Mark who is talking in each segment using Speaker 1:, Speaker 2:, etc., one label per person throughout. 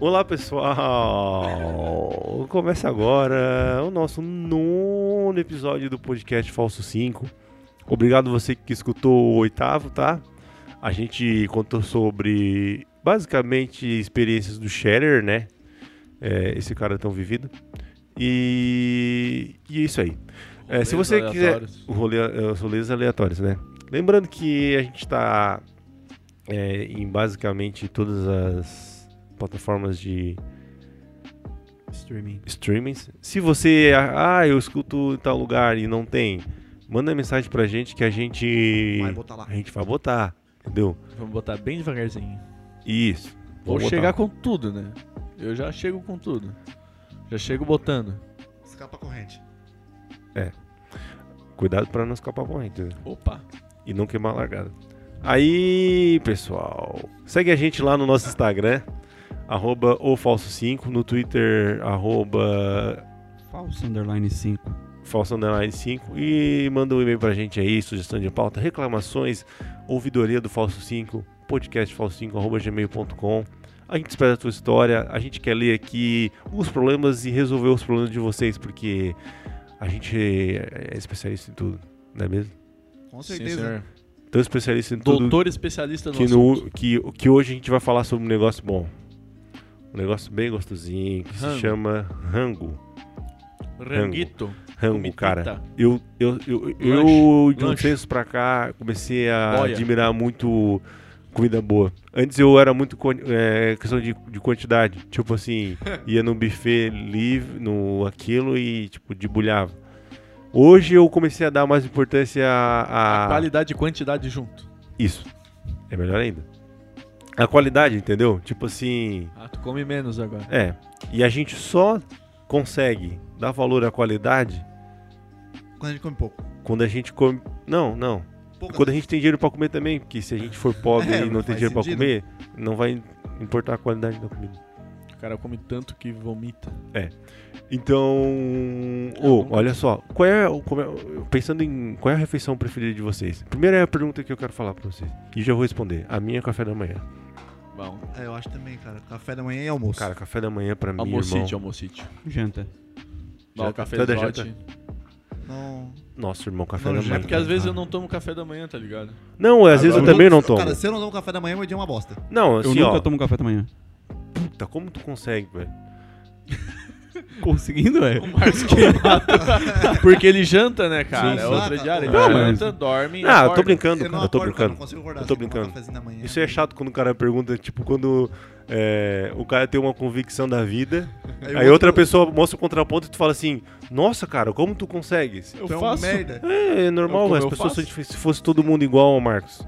Speaker 1: Olá pessoal! Começa agora o nosso nono episódio do podcast Falso 5. Obrigado você que escutou o oitavo, tá? A gente contou sobre basicamente experiências do Scherer, né? É, esse cara tão vivido. E, e é isso aí. É, se
Speaker 2: Rolês
Speaker 1: você quiser.
Speaker 2: aleatórios.
Speaker 1: O rolê, é, os rolês aleatórios, né? Lembrando que a gente tá é, em basicamente todas as plataformas de
Speaker 3: Streaming.
Speaker 1: streamings. Se você. Ah, eu escuto em tal lugar e não tem, manda mensagem pra gente que a gente.
Speaker 3: Vai botar lá.
Speaker 1: A gente vai botar, entendeu?
Speaker 2: Vamos botar bem devagarzinho.
Speaker 1: Isso.
Speaker 2: Vou
Speaker 1: Vamos botar.
Speaker 2: chegar com tudo, né? Eu já chego com tudo. Já chego botando.
Speaker 3: Escapa a corrente.
Speaker 1: Cuidado pra não escapar a corrente, né?
Speaker 2: Opa.
Speaker 1: E não queimar a largada. Aí, pessoal. Segue a gente lá no nosso Instagram, arroba o falso5, no Twitter, arroba
Speaker 3: Falso underline 5.
Speaker 1: falso underline 5 e manda um e-mail pra gente aí, sugestão de pauta, reclamações, ouvidoria do falso 5, podcast falso 5, arroba gmail.com. A gente espera a tua história, a gente quer ler aqui os problemas e resolver os problemas de vocês, porque a gente é especialista em tudo, não é mesmo?
Speaker 3: Com
Speaker 2: Sim,
Speaker 3: certeza.
Speaker 2: senhor.
Speaker 1: Tão Então, especialista em tudo
Speaker 2: Doutor especialista no
Speaker 1: que,
Speaker 2: assunto.
Speaker 1: no, que, que hoje a gente vai falar sobre um negócio bom. Um negócio bem gostosinho que
Speaker 2: Rango.
Speaker 1: se chama rango.
Speaker 2: Ranguito.
Speaker 1: Rango,
Speaker 2: Comidita.
Speaker 1: cara. Eu, eu, eu, eu
Speaker 2: tá. Lanche,
Speaker 1: de um
Speaker 2: lanche.
Speaker 1: senso pra cá, comecei a
Speaker 2: Boia.
Speaker 1: admirar muito comida boa. Antes eu era muito quan- é, questão de, de quantidade. Tipo assim, ia no buffet livre, no aquilo e tipo, debulhava. Hoje eu comecei a dar mais importância a, a-
Speaker 2: Qualidade e quantidade junto.
Speaker 1: isso. É melhor ainda. A qualidade, entendeu? Tipo assim,
Speaker 2: Ah, tu come menos agora.
Speaker 1: é. E a gente só consegue dar valor à qualidade
Speaker 3: Quando a gente come pouco.
Speaker 1: quando a gente come. Não, não.
Speaker 3: Poucas
Speaker 1: Quando a gente tem dinheiro pra comer também, porque se a gente for pobre
Speaker 3: É,
Speaker 1: e não
Speaker 3: não
Speaker 1: tem
Speaker 3: faz
Speaker 1: dinheiro pra
Speaker 3: sentido.
Speaker 1: comer, não vai importar a qualidade da comida.
Speaker 2: O cara come tanto que vomita.
Speaker 1: Então, ô,
Speaker 2: bom.
Speaker 1: olha só, qual é, o- como é- pensando em qual é a refeição preferida de vocês? Primeira é a pergunta que eu quero falar pra vocês e já vou responder. A minha é café da manhã.
Speaker 2: Bom.
Speaker 3: É, eu acho também, cara. Café da manhã e almoço.
Speaker 1: Cara, café da manhã pra mim, irmão.
Speaker 2: Almocite, almocite.
Speaker 4: Janta.
Speaker 2: Bom,
Speaker 1: Janta.
Speaker 2: café
Speaker 1: Tu é
Speaker 2: da
Speaker 1: da
Speaker 2: noite.
Speaker 3: Não.
Speaker 1: Nossa, irmão, café
Speaker 3: Não,
Speaker 1: da
Speaker 3: já-
Speaker 1: manhã.
Speaker 2: É porque às vezes eu não tomo café da manhã, tá ligado?
Speaker 1: Não, às vezes eu
Speaker 4: Agora-
Speaker 1: também não tomo.
Speaker 3: Cara, se eu não tomo café da manhã, meu dia é uma bosta.
Speaker 1: Não, assim,
Speaker 4: eu nunca
Speaker 1: ó.
Speaker 4: tomo café da manhã.
Speaker 1: Puta, como tu consegue, velho?
Speaker 4: Conseguindo, é?
Speaker 2: O
Speaker 1: Ah,
Speaker 2: Marcos queimado. Porque ele janta, né, cara?
Speaker 3: Sim,
Speaker 2: é
Speaker 3: sim.
Speaker 2: outra diária. Ele
Speaker 1: Não, Ah, mas-
Speaker 2: janta, dorme e
Speaker 1: Ah, eu
Speaker 2: acorda.
Speaker 1: tô brincando,
Speaker 3: eu não
Speaker 1: cara, eu tô
Speaker 3: acordo, cara,
Speaker 1: brincando.
Speaker 3: Não consigo acordar
Speaker 1: Eu tô
Speaker 3: sem tomar um
Speaker 1: brincando.
Speaker 3: cafezinho da manhã.
Speaker 1: Isso é chato quando o cara pergunta, tipo, quando é, o cara tem uma convicção da vida, aí,
Speaker 3: o
Speaker 1: outra
Speaker 3: outro-
Speaker 1: pessoa mostra o contraponto e tu fala assim, nossa, cara, como tu consegues?
Speaker 2: Eu
Speaker 3: Tu é um
Speaker 2: faço.
Speaker 3: merda.
Speaker 1: É, é
Speaker 2: Eu-
Speaker 1: normal,
Speaker 2: como
Speaker 1: as
Speaker 2: eu
Speaker 1: pessoas, se,
Speaker 2: faço?
Speaker 1: a gente- se fosse todo mundo igual ao Marcos,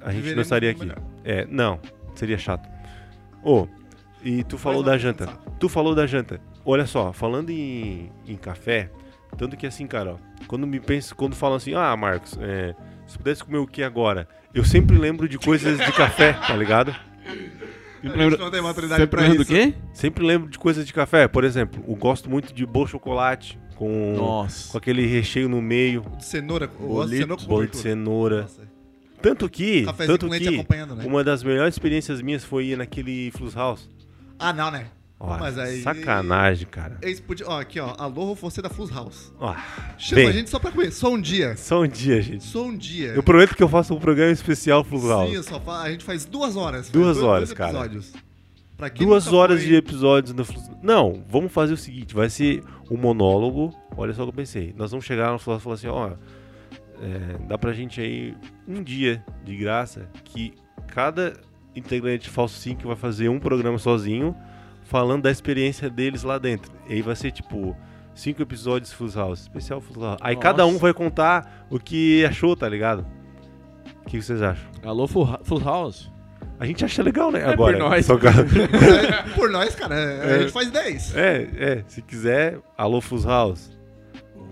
Speaker 1: a gente não
Speaker 3: Viveremos
Speaker 1: estaria aqui.
Speaker 3: melhor.
Speaker 1: É, não, seria chato. Ô, e tu falou
Speaker 3: Mas não
Speaker 1: da
Speaker 3: tem
Speaker 1: janta.
Speaker 3: que
Speaker 1: Tu falou da janta. Olha só, falando em, em café, tanto que assim, cara, ó, quando me penso, quando falam assim, ah, Marcos, é, se pudesse comer o que agora? Eu sempre lembro de coisas de café, tá ligado?
Speaker 4: Sempre
Speaker 3: A gente não tem maturidade
Speaker 4: sempre
Speaker 3: pra
Speaker 4: lembra
Speaker 3: isso.
Speaker 4: do quê?
Speaker 1: Sempre lembro de coisas de café. Por exemplo, eu gosto muito de bom chocolate com, com
Speaker 2: Nossa.
Speaker 1: aquele recheio no meio,
Speaker 3: De cenoura. eu gosto de
Speaker 2: Boleto.
Speaker 3: cenoura com
Speaker 1: bolo de
Speaker 3: fritura.
Speaker 1: cenoura.
Speaker 3: Nossa.
Speaker 1: Tanto que,
Speaker 3: Um Cafezinho
Speaker 1: tanto
Speaker 3: com leite
Speaker 1: que,
Speaker 3: acompanhando, né?
Speaker 1: uma das melhores experiências minhas foi ir naquele Flus House.
Speaker 3: Ah, não, né?
Speaker 1: Ó,
Speaker 3: Mas aí-
Speaker 1: sacanagem, cara.
Speaker 3: Eles podiam... Ó, aqui, ó. Alô, você da Flus House.
Speaker 1: Ó,
Speaker 3: Chama
Speaker 1: Vem.
Speaker 3: a gente só pra comer. Só um dia.
Speaker 1: só um dia, gente.
Speaker 3: Só um dia.
Speaker 1: Eu prometo que eu faço um programa especial Flus House.
Speaker 3: Sim, eu só fa- a gente faz duas horas.
Speaker 1: Duas
Speaker 3: faz
Speaker 1: horas,
Speaker 3: dois
Speaker 1: cara.
Speaker 3: episódios. Pra quem
Speaker 1: Duas
Speaker 3: nunca
Speaker 1: horas
Speaker 3: foi- né?
Speaker 1: de episódios no Flus... Não, vamos fazer o seguinte, vai ser um monólogo. Olha só o que eu pensei. Nós vamos chegar no Flus e falar assim, ó, é, dá pra gente aí um dia de graça que cada integrante falso 5 vai fazer um programa sozinho falando da experiência deles lá dentro. E aí vai ser tipo cinco episódios Flus House, especial Flus House. Aí cada um
Speaker 2: Nossa.
Speaker 1: vai contar o que achou, tá ligado? O que vocês acham?
Speaker 2: Alô, Full Full House?
Speaker 1: A gente acha legal, né? Agora.
Speaker 2: por nós.
Speaker 1: Só que-
Speaker 3: É, Por nós, cara, a
Speaker 1: É.
Speaker 3: gente faz 10.
Speaker 1: É, é, se quiser, alô Fus House.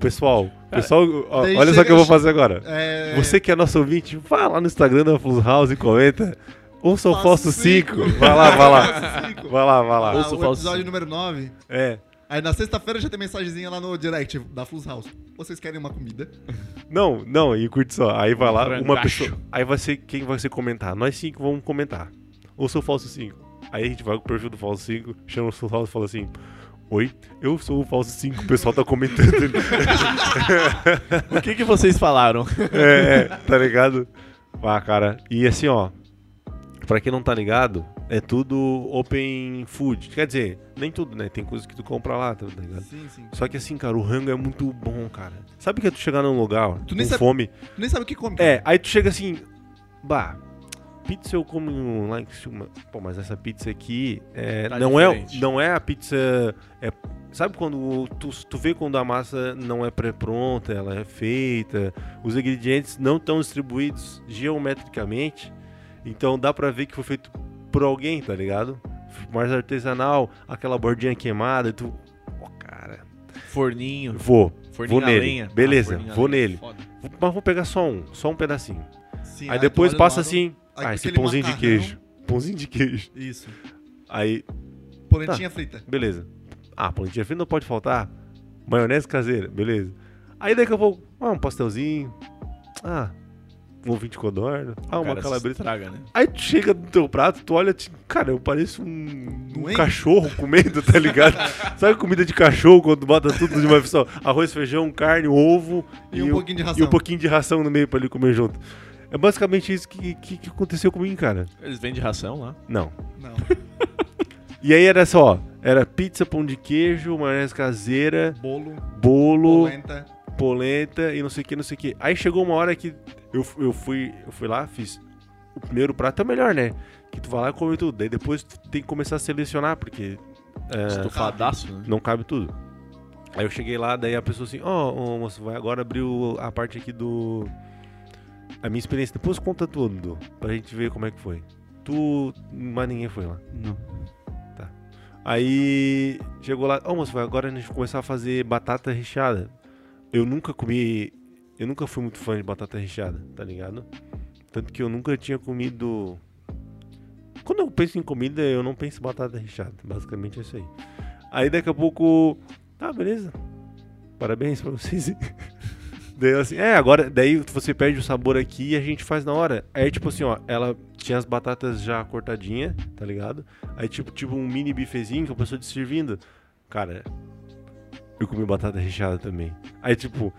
Speaker 1: Pessoal, pessoal, ó,
Speaker 3: daí
Speaker 1: olha só o
Speaker 3: chega-
Speaker 1: que eu vou fazer agora.
Speaker 3: É,
Speaker 1: Você que é nosso ouvinte, vá lá no Instagram da Fus House e comenta. Ouça o
Speaker 3: Faço
Speaker 1: Falso
Speaker 3: cinco.
Speaker 1: 5. Vai lá, vai lá.
Speaker 3: Faço cinco.
Speaker 1: Vai lá, vai
Speaker 3: Ah,
Speaker 1: lá.
Speaker 2: Ouça o
Speaker 3: o
Speaker 2: falso
Speaker 3: episódio
Speaker 2: cinco.
Speaker 3: número 9.
Speaker 1: É.
Speaker 3: Aí na sexta-feira já tem mensagenzinha lá no direct da Flus House. Vocês querem uma comida?
Speaker 1: Não, não, e curte só. Aí vai lá, uma
Speaker 2: Rancacho.
Speaker 1: pessoa. Aí vai ser quem vai ser comentar. Nós cinco vamos comentar. Ouça o Falso 5. Aí a gente vai com o perfil do Falso 5, chama o Falso e fala assim: Oi, eu sou o Falso 5, o pessoal tá comentando.
Speaker 2: O que, que vocês falaram?
Speaker 1: É, tá ligado? Ah, cara. E assim, ó. Pra quem não tá ligado, é tudo open food. Quer dizer, nem tudo, né? Tem coisas que tu compra lá, tá
Speaker 2: É.
Speaker 1: ligado?
Speaker 3: Sim, sim.
Speaker 1: Só que assim, cara, o rango é muito bom, cara. Sabe que é tu chegar num lugar ó,
Speaker 3: Tu
Speaker 1: com
Speaker 3: nem sabe-
Speaker 1: fome?
Speaker 3: Tu nem sabe o que come. cara.
Speaker 1: É, aí tu chega assim, bah, pizza eu como no- lá em Criciúma. Pô, mas essa pizza aqui é,
Speaker 2: Tá
Speaker 1: não, é,
Speaker 2: diferente.
Speaker 1: não é a pizza. é- sabe quando tu, tu vê quando a massa não é pré-pronta, ela é feita, os ingredientes não estão distribuídos geometricamente, então dá pra ver que foi feito por alguém, tá ligado? Mais artesanal, aquela bordinha queimada, e tu. Ó, cara.
Speaker 2: Forninho.
Speaker 1: Vou,
Speaker 2: Forninho
Speaker 1: Vou
Speaker 2: a
Speaker 1: nele.
Speaker 2: lenha.
Speaker 1: Beleza,
Speaker 2: Ah, forninho a
Speaker 1: vou
Speaker 2: lenha.
Speaker 1: nele.
Speaker 2: Foda.
Speaker 1: vou- mas vou pegar só um, só um pedacinho.
Speaker 3: Sim,
Speaker 1: Aí
Speaker 3: tu
Speaker 1: depois
Speaker 3: olha do
Speaker 1: passa
Speaker 3: lado,
Speaker 1: assim.
Speaker 3: aí
Speaker 1: ah,
Speaker 3: com
Speaker 1: esse
Speaker 3: aquele
Speaker 1: pãozinho de
Speaker 3: macarrão,
Speaker 1: queijo. Pãozinho de queijo.
Speaker 3: Isso.
Speaker 1: Aí,
Speaker 3: Polentinha
Speaker 2: tá.
Speaker 3: frita.
Speaker 1: beleza. Ah, plantinha frita não pode faltar. Maionese caseira, beleza. Aí daqui a pouco, ah, um pastelzinho. Ah, um ovinho de codorna. Ah, uma
Speaker 2: Cara, se
Speaker 1: calabresa.
Speaker 2: Estraga, né?
Speaker 1: Aí tu chega no teu prato, tu olha, tipo, cara, eu pareço um, um
Speaker 3: Doente.
Speaker 1: cachorro comendo, tá ligado? Sabe comida de cachorro quando bota tudo de uma vez só? Arroz, feijão, carne, ovo
Speaker 3: E, um pouquinho de
Speaker 1: e
Speaker 3: ração.
Speaker 1: um pouquinho de ração no meio pra ele comer junto. É basicamente isso que, que, que aconteceu comigo, cara.
Speaker 2: Eles vendem ração lá.
Speaker 1: Não.
Speaker 3: Não.
Speaker 1: E aí era só, era pizza, pão de queijo, maionese caseira,
Speaker 3: Bolo,
Speaker 1: bolo, polenta,
Speaker 3: polenta.
Speaker 1: e não sei o que, não sei o que. Aí chegou uma hora que eu, fu- eu fui eu fui lá, fiz o primeiro prato é o melhor, né? Que tu vai lá e come tudo. Daí depois tu tem que começar a selecionar, porque é,
Speaker 2: Estufadaço, né?
Speaker 1: não cabe tudo. Aí eu cheguei lá, daí a pessoa assim, ó, ô, moço, vai agora abrir o- a parte aqui do... A minha experiência. Depois conta tudo, pra gente ver como é que foi. Tu... Mas ninguém foi lá.
Speaker 3: Não.
Speaker 1: Aí chegou lá, ó, moço, vai agora a gente começar a fazer batata recheada. Eu nunca comi, eu nunca fui muito fã de batata recheada, tá ligado? Tanto que eu nunca tinha comido. Quando eu penso em comida, eu não penso em batata recheada. Basicamente é isso aí. Aí daqui a pouco, tá, beleza. Parabéns pra vocês. Daí eu assim, é, agora, daí você perde o sabor aqui e a gente faz na hora. Aí, tipo assim, ó, ela tinha as batatas já cortadinha, tá ligado? Aí, tipo, tipo um mini bifezinho que a pessoa te servindo. Cara, eu comi batata recheada também. Aí, tipo,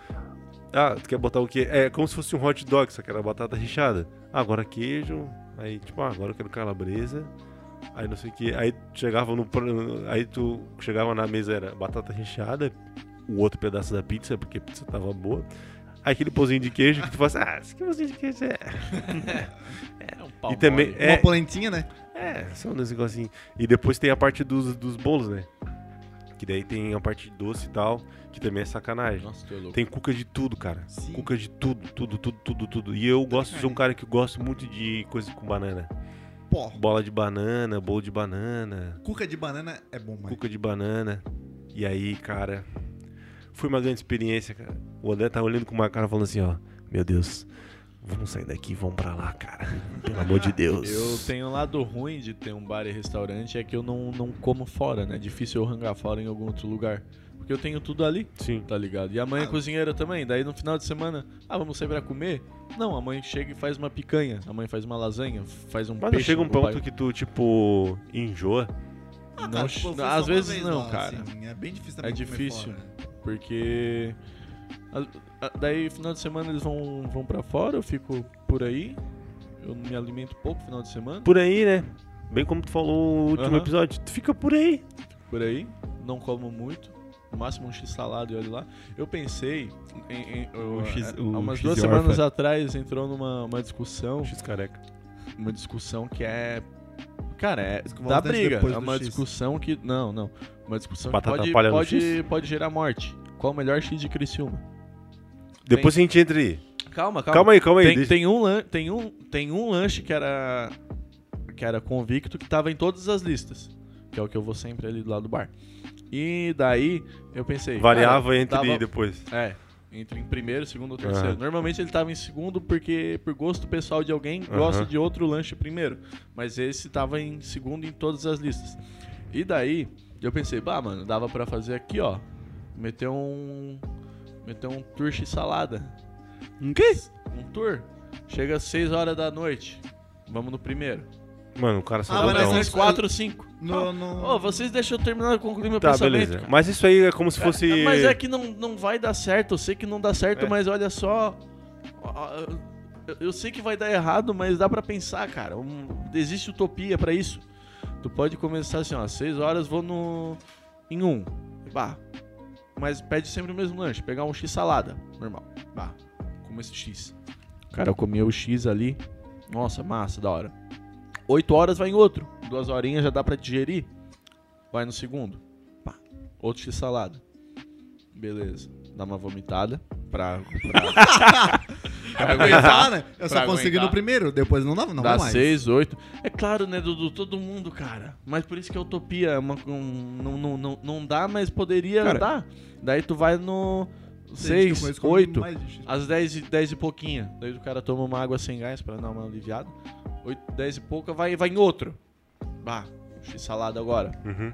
Speaker 1: ah, tu quer botar o quê? É como se fosse um hot dog, só que era batata recheada. Ah, agora queijo. Aí, tipo, ah, agora eu quero calabresa. Aí não sei o que. Aí tu chegava no. pra- Aí tu chegava na mesa, era batata recheada, o outro pedaço da pizza, porque a pizza tava boa. Aí aquele pãozinho de queijo que tu fala assim, ah, esse pãozinho de queijo é.
Speaker 2: É um pau
Speaker 1: E também-
Speaker 2: mole.
Speaker 1: É.
Speaker 3: Uma polentinha, né?
Speaker 1: É, são uns negocinhos. E depois tem a parte dos, dos bolos, né? Que daí tem a parte doce e tal, que também é sacanagem.
Speaker 2: Nossa, tu é louco.
Speaker 1: Tem cuca de tudo, cara.
Speaker 3: Sim.
Speaker 1: Cuca de tudo, tudo, tudo, tudo, tudo. E eu gosto de ser um cara que gosto muito de coisa com banana.
Speaker 3: Pó.
Speaker 1: Bola de banana, bolo de banana,
Speaker 3: Cuca de banana é bom, mano.
Speaker 1: cuca de banana. E aí, cara, foi uma grande experiência, cara. O André tá olhando com uma cara falando assim, ó, meu Deus, vamos sair daqui, vamos pra lá, cara. Pelo amor de Deus.
Speaker 2: Eu tenho um lado ruim de ter um bar e restaurante é que eu não, não como fora, né? É difícil eu rangar fora em algum outro lugar. Porque eu tenho tudo ali,
Speaker 1: Sim.
Speaker 2: tá ligado? E a mãe é
Speaker 3: Ah.
Speaker 2: cozinheira também. Daí no final de semana, ah, vamos sair pra comer? Não, a mãe chega e faz uma picanha. A mãe faz uma lasanha, faz um
Speaker 1: Mas não
Speaker 2: peixe.
Speaker 1: chega um
Speaker 2: o pai-
Speaker 1: ponto que tu, tipo, enjoa.
Speaker 3: Ah,
Speaker 2: Não,
Speaker 3: tipo, eu fui
Speaker 2: às
Speaker 3: só uma
Speaker 2: vezes
Speaker 3: vez
Speaker 2: não,
Speaker 3: lá,
Speaker 2: cara.
Speaker 3: assim, é bem difícil
Speaker 2: É
Speaker 3: também comer
Speaker 2: difícil.
Speaker 3: fora. né?
Speaker 2: Porque. a- a- Daí, final de semana, eles vão, vão pra fora, eu fico por aí. Eu me alimento pouco final de semana.
Speaker 1: Por aí, né? Bem como tu falou no último
Speaker 2: Aham.
Speaker 1: episódio, tu fica por aí.
Speaker 2: por aí, não como muito. No máximo um x-salada e olha lá. Eu pensei, em, em- eu- é,
Speaker 1: O Um X-
Speaker 2: há
Speaker 1: o
Speaker 2: umas
Speaker 1: X
Speaker 2: duas
Speaker 1: órfã.
Speaker 2: semanas atrás entrou numa uma discussão,
Speaker 1: X careca.
Speaker 2: uma discussão que é. Cara, é
Speaker 3: Escovar
Speaker 2: da
Speaker 3: os dentes
Speaker 2: briga.
Speaker 3: depois
Speaker 2: É
Speaker 3: do
Speaker 2: uma
Speaker 3: X.
Speaker 2: discussão que. Não, não. Uma discussão
Speaker 1: Batata
Speaker 2: que
Speaker 1: palha
Speaker 2: pode,
Speaker 1: no
Speaker 2: pode,
Speaker 1: X?
Speaker 2: pode gerar morte. Qual o melhor X de Criciúma?
Speaker 1: Depois a gente entra aí.
Speaker 2: Calma, calma.
Speaker 1: Calma aí, calma aí.
Speaker 2: Tá. Tem,
Speaker 1: deixa-
Speaker 2: tem um, lan- tem, um, tem um lanche que era que era convicto que tava em todas as listas, que é o que eu vou sempre ali do lado do bar. E daí eu pensei,
Speaker 1: Variava
Speaker 2: cara, tá
Speaker 1: entre
Speaker 2: tava-
Speaker 1: e depois.
Speaker 2: é, entre em primeiro, segundo ou terceiro.
Speaker 1: Aham.
Speaker 2: Normalmente ele tava em segundo porque por gosto pessoal de alguém
Speaker 1: Aham.
Speaker 2: gosta de outro lanche primeiro, mas esse tava em segundo em todas as listas. E daí eu pensei, bah, mano, dava pra fazer aqui, ó, meter um meter um turche salada
Speaker 1: Um quê?
Speaker 2: um tour. Chega às 6 horas da noite. Vamos no primeiro.
Speaker 1: Mano, o cara só
Speaker 3: Ah,
Speaker 1: dá
Speaker 3: mas
Speaker 1: um
Speaker 3: nós
Speaker 1: down.
Speaker 3: antes-
Speaker 2: Umas 4 ou 5.
Speaker 3: No, no...
Speaker 2: Ô, vocês deixam eu terminar de concluir meu
Speaker 1: Tá,
Speaker 2: pensamento.
Speaker 1: beleza.
Speaker 2: cara.
Speaker 1: Mas isso aí é como se fosse.
Speaker 2: Mas é que não, não vai dar certo, eu sei que não dá certo,
Speaker 1: É.
Speaker 2: mas olha só. ó, Eu, eu sei que vai dar errado, mas dá pra pensar, cara. Um- existe utopia pra isso. Tu pode começar assim, ó, 6 horas vou no. em um. Bah. Mas pede sempre o mesmo lanche, pegar um X salada, normal. Bah. Como esse X. Cara, eu comia o X ali. Nossa, massa, da hora. 8 horas vai em outro. Duas horinhas já dá pra digerir. Vai no segundo. Pá. Outro X salada. Beleza. Dá uma vomitada. Pra. pra, pra
Speaker 3: aguentar, né?
Speaker 2: Pra
Speaker 3: Eu só consegui
Speaker 2: aguentar.
Speaker 3: no primeiro, depois não dá, não
Speaker 2: Dá
Speaker 3: mais.
Speaker 2: 6, 8. É claro, né, Dudu? Todo mundo, cara. Mas por isso que a utopia é uma. um- não, não, não, não dá, mas poderia
Speaker 1: Cara.
Speaker 2: dar. Daí tu vai no.
Speaker 3: Tem gente que eu
Speaker 2: 6,
Speaker 3: conheço que come
Speaker 2: 8.
Speaker 3: mais de X.
Speaker 2: Às 10 e, 10 e pouquinha. Daí o cara toma uma água sem gás pra dar uma aliviada. 8, 10 e pouca, vai, vai em outro. Bah, X salada agora.
Speaker 1: Uhum.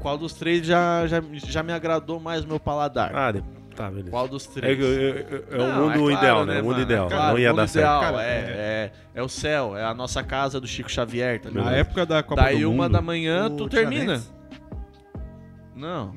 Speaker 2: Qual dos três já, já, já me agradou mais meu paladar?
Speaker 1: Ah, de- tá, beleza.
Speaker 2: Qual dos três?
Speaker 1: É, que eu- eu- eu- é
Speaker 2: Não,
Speaker 1: o mundo
Speaker 2: claro,
Speaker 1: ideal, né? O mundo
Speaker 2: mano?
Speaker 1: ideal.
Speaker 2: É claro,
Speaker 1: não ia
Speaker 2: o mundo
Speaker 1: dar
Speaker 2: ideal,
Speaker 1: certo.
Speaker 2: É, é, é o céu, é a nossa casa do Chico Xavier, tá ligado?
Speaker 4: Na época da Copa
Speaker 2: Daí
Speaker 4: do
Speaker 2: uma
Speaker 4: Mundo,
Speaker 2: da manhã tu
Speaker 3: O
Speaker 2: termina.
Speaker 3: Tiradentes,
Speaker 2: Não.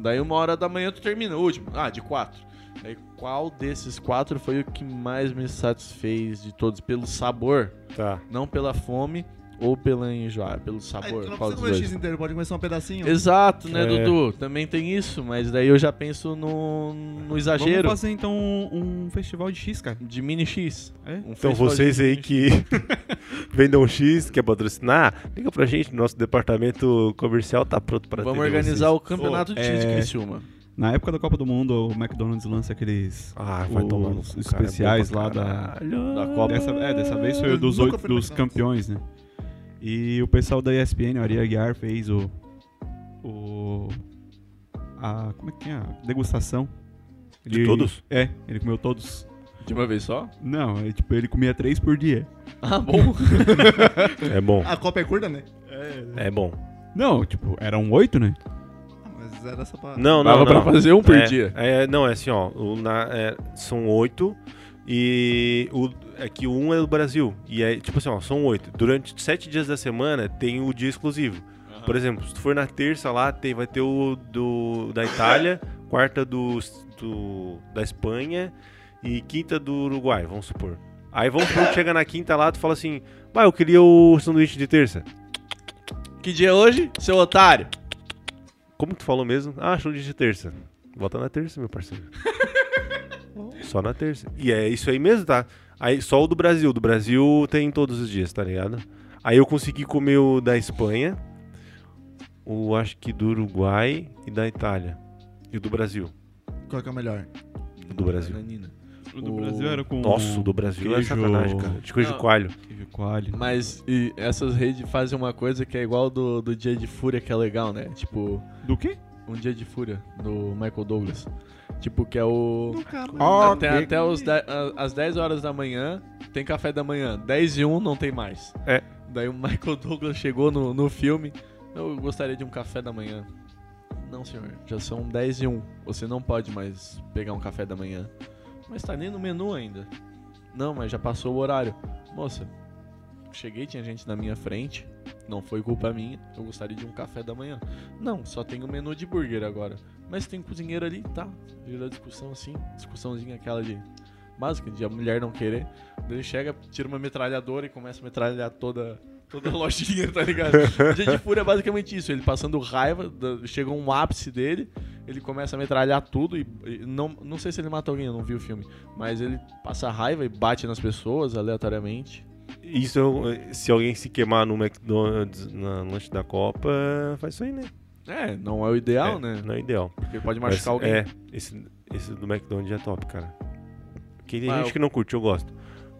Speaker 2: Daí uma hora da manhã tu termina, o último. Ah, de quatro. Daí qual desses quatro foi o que mais me satisfez de todos? Pelo sabor,
Speaker 1: Tá.
Speaker 2: não pela fome ou pela enjoada, pelo
Speaker 3: Aí tu
Speaker 2: sabor.
Speaker 3: não
Speaker 2: qual
Speaker 3: precisa
Speaker 2: dos
Speaker 3: comer
Speaker 2: dois?
Speaker 3: X inteiro, pode comer só um pedacinho.
Speaker 2: Exato, né,
Speaker 1: É.
Speaker 2: Dudu? Também tem isso, mas daí eu já penso no, no
Speaker 4: Vamos
Speaker 2: exagero
Speaker 4: fazer então um, um festival de X, cara.
Speaker 2: de mini X.
Speaker 4: É?
Speaker 2: Um
Speaker 1: Então
Speaker 2: festival de
Speaker 1: vocês aí
Speaker 2: mini X.
Speaker 1: que vendam X, quer patrocinar, liga pra gente, nosso departamento comercial tá pronto pra
Speaker 2: Vamos
Speaker 1: atender
Speaker 2: organizar
Speaker 1: vocês.
Speaker 2: o campeonato de
Speaker 4: Pô,
Speaker 2: X de
Speaker 4: é-
Speaker 2: Criciúma.
Speaker 4: Na época da Copa do Mundo, o McDonald's lança aqueles.
Speaker 1: Ah, vai tomar no
Speaker 4: os
Speaker 1: cu, cara, é bom
Speaker 4: especiais
Speaker 1: pra
Speaker 4: lá da-
Speaker 1: caralho.
Speaker 2: da Copa.
Speaker 4: Dessa, é, dessa vez foi
Speaker 3: Eu
Speaker 4: o dos,
Speaker 3: nunca
Speaker 4: oito-
Speaker 3: fui no
Speaker 4: dos
Speaker 3: McDonald's.
Speaker 4: campeões, né? E o pessoal da ESPN, o Ari Aguiar, fez o. O. A. Como é que é? A degustação.
Speaker 1: De todos?
Speaker 4: É, ele comeu todos.
Speaker 2: De uma vez só?
Speaker 4: Não, é, tipo, ele comia três por dia.
Speaker 2: Ah, bom.
Speaker 1: É bom,
Speaker 3: A Copa é curta, né?
Speaker 1: é bom.
Speaker 4: Não, tipo, eram oito, né?
Speaker 3: Ah, Mas era só pra...
Speaker 1: Não, não,
Speaker 2: Dava
Speaker 1: não.
Speaker 2: pra fazer um por
Speaker 1: É,
Speaker 2: dia.
Speaker 1: é, não, é assim, ó. o na- é, são oito e o, é que um é do Brasil. E é tipo assim, ó, são oito. Durante sete dias da semana tem o dia exclusivo. Por exemplo, se tu for na terça lá, tem, vai ter o do, da Itália, quarta do, do- da Espanha e quinta do Uruguai, vamos supor. Aí vamos supor que chega na quinta lá, tu fala assim, bah, eu queria o sanduíche de terça.
Speaker 2: Que dia é hoje, seu otário?
Speaker 1: Como que tu falou mesmo? Ah, sanduíche de terça. Volta na terça, meu parceiro. só na terça. E é isso aí mesmo, tá? Aí só o do Brasil. Do Brasil tem todos os dias, tá ligado? Aí eu consegui comer o da Espanha, o acho que do Uruguai e da Itália. E o do Brasil.
Speaker 3: Qual que é o melhor?
Speaker 1: O do Brasil.
Speaker 2: Nanina.
Speaker 4: O do
Speaker 2: O-
Speaker 4: Brasil era
Speaker 2: Um
Speaker 4: com.
Speaker 1: Nossa, o do Brasil é
Speaker 4: queijo-
Speaker 1: sacanagem, cara. De queijo
Speaker 2: Não.
Speaker 1: coalho.
Speaker 4: Queijo coalho.
Speaker 2: Mas e essas redes fazem uma coisa que é igual do, do Dia de Fúria, que é legal, né? Tipo,
Speaker 4: Do quê?
Speaker 2: um Dia de Fúria, do Michael Douglas. Tipo, que é o...
Speaker 4: Ah,
Speaker 2: Até, até os de, a- às 10 horas da manhã, tem café da manhã. 10 e 1 não tem mais.
Speaker 1: É.
Speaker 2: Daí o Michael Douglas chegou no, no filme. Eu gostaria de um café da manhã. Não, senhor. Já são 10 e 1. Você não pode mais pegar um café da manhã. Mas tá nem no menu ainda. Não, mas já passou o horário. Moça, cheguei, tinha gente na minha frente. Não foi culpa minha. Eu gostaria de um café da manhã. Não, só tem o menu de burger agora. Mas tem um cozinheiro ali, tá? Gerou discussão assim, discussãozinha aquela de básica, de a mulher não querer. Daí Ele chega, tira uma metralhadora e começa a metralhar toda, toda a lojinha, tá ligado? Dia de fúria é basicamente isso, ele passando raiva, da- chega um ápice dele, ele começa a metralhar tudo e, e não, não sei se ele mata alguém, eu não vi o filme, mas ele passa raiva e bate nas pessoas aleatoriamente.
Speaker 1: Isso, eu- se alguém se queimar no McDonald's na lanche da Copa, faz isso aí, né?
Speaker 2: É, não é o
Speaker 1: é,
Speaker 2: ideal, né?
Speaker 1: Não é ideal.
Speaker 2: Porque pode
Speaker 1: Mas,
Speaker 2: machucar alguém.
Speaker 1: É, esse, esse do McDonald's é top, cara. Porque tem
Speaker 2: Ah,
Speaker 1: gente
Speaker 2: eu-
Speaker 1: que não curte, eu gosto.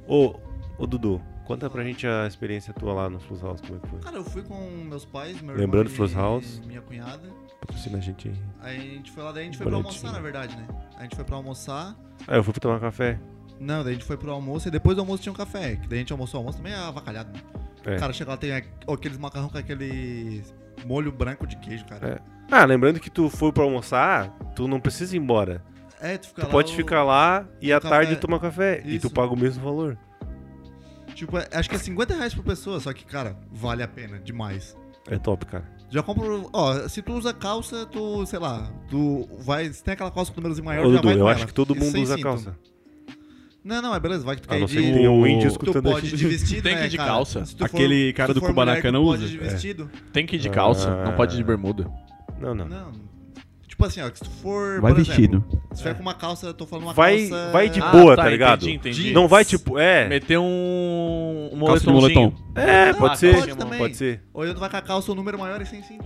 Speaker 1: Ô, ô Dudu, conta pra gente a experiência tua lá no Flux House, como é que foi?
Speaker 3: Cara, eu fui com meus pais, meu
Speaker 1: Lembrando
Speaker 3: irmão
Speaker 1: Flores
Speaker 3: e
Speaker 1: House.
Speaker 3: minha cunhada.
Speaker 1: Patrocina a gente aí.
Speaker 3: Aí a gente foi lá, daí a gente foi
Speaker 1: Bonitinho.
Speaker 3: pra almoçar, na verdade, né? A gente foi pra almoçar.
Speaker 1: Ah, eu fui pra tomar café.
Speaker 3: Não, daí a gente foi pro almoço e depois do almoço tinha um café. Que daí a gente almoçou, almoço também é avacalhado, né?
Speaker 1: É.
Speaker 3: O cara chega lá, tem aqu- aqueles macarrão com aquele molho branco de queijo, cara.
Speaker 1: Ah, lembrando que tu foi pra almoçar, tu não precisa ir embora.
Speaker 3: É, tu fica
Speaker 1: Tu
Speaker 3: lá.
Speaker 1: pode
Speaker 3: o-
Speaker 1: ficar lá e à
Speaker 3: café.
Speaker 1: tarde tomar café. E
Speaker 3: Isso.
Speaker 1: tu paga o mesmo valor.
Speaker 3: Tipo, é- acho que é 50 reais por pessoa, só que, cara, vale a pena demais.
Speaker 1: É top, cara.
Speaker 3: Já compro. Ó, se tu usa calça, tu, sei lá, tu vai. Se tem aquela calça com númerozinho maior,
Speaker 1: Ô,
Speaker 3: já
Speaker 1: Dudu,
Speaker 3: vai
Speaker 1: eu
Speaker 3: com
Speaker 1: acho
Speaker 3: ela.
Speaker 1: que todo
Speaker 3: E
Speaker 1: mundo
Speaker 3: sem
Speaker 1: usa
Speaker 3: cinto.
Speaker 1: calça.
Speaker 3: Não, não, é beleza, vai que tu
Speaker 1: A
Speaker 3: quer ir
Speaker 1: não ser que
Speaker 3: de.
Speaker 1: tenha um índio
Speaker 3: Tu
Speaker 1: escutando a
Speaker 3: pode ir
Speaker 1: gente.
Speaker 3: de vestido,
Speaker 2: Tem que
Speaker 3: né,
Speaker 2: ir de
Speaker 3: cara?
Speaker 2: calça.
Speaker 3: Se tu
Speaker 4: Aquele
Speaker 3: se
Speaker 4: cara
Speaker 3: tu
Speaker 4: do
Speaker 3: for mulher
Speaker 4: Kubanacan
Speaker 3: que
Speaker 4: não
Speaker 3: Pode
Speaker 4: usa.
Speaker 1: É.
Speaker 3: ir de vestido.
Speaker 2: Tem que ir de calça,
Speaker 1: Ah.
Speaker 2: não pode ir de bermuda.
Speaker 1: Não, não.
Speaker 3: Não. Tipo assim, ó, que se tu for.
Speaker 4: Vai
Speaker 3: por
Speaker 4: vestido.
Speaker 3: exemplo, se
Speaker 2: É.
Speaker 3: tiver com uma calça, eu tô falando uma
Speaker 1: Vai-
Speaker 3: calça. é- Ah,
Speaker 1: vai de boa, tá ligado?
Speaker 2: Entendi, entendi.
Speaker 1: Não vai tipo, é.
Speaker 2: Meter um, um
Speaker 4: Calça de
Speaker 2: moletomzinho.
Speaker 4: moletom.
Speaker 1: É,
Speaker 2: Ah,
Speaker 1: pode
Speaker 2: calça
Speaker 1: ser.
Speaker 2: de
Speaker 3: moletom.
Speaker 1: Pode ser.
Speaker 3: Ou então tu vai com a calça um número maior e sem cinto.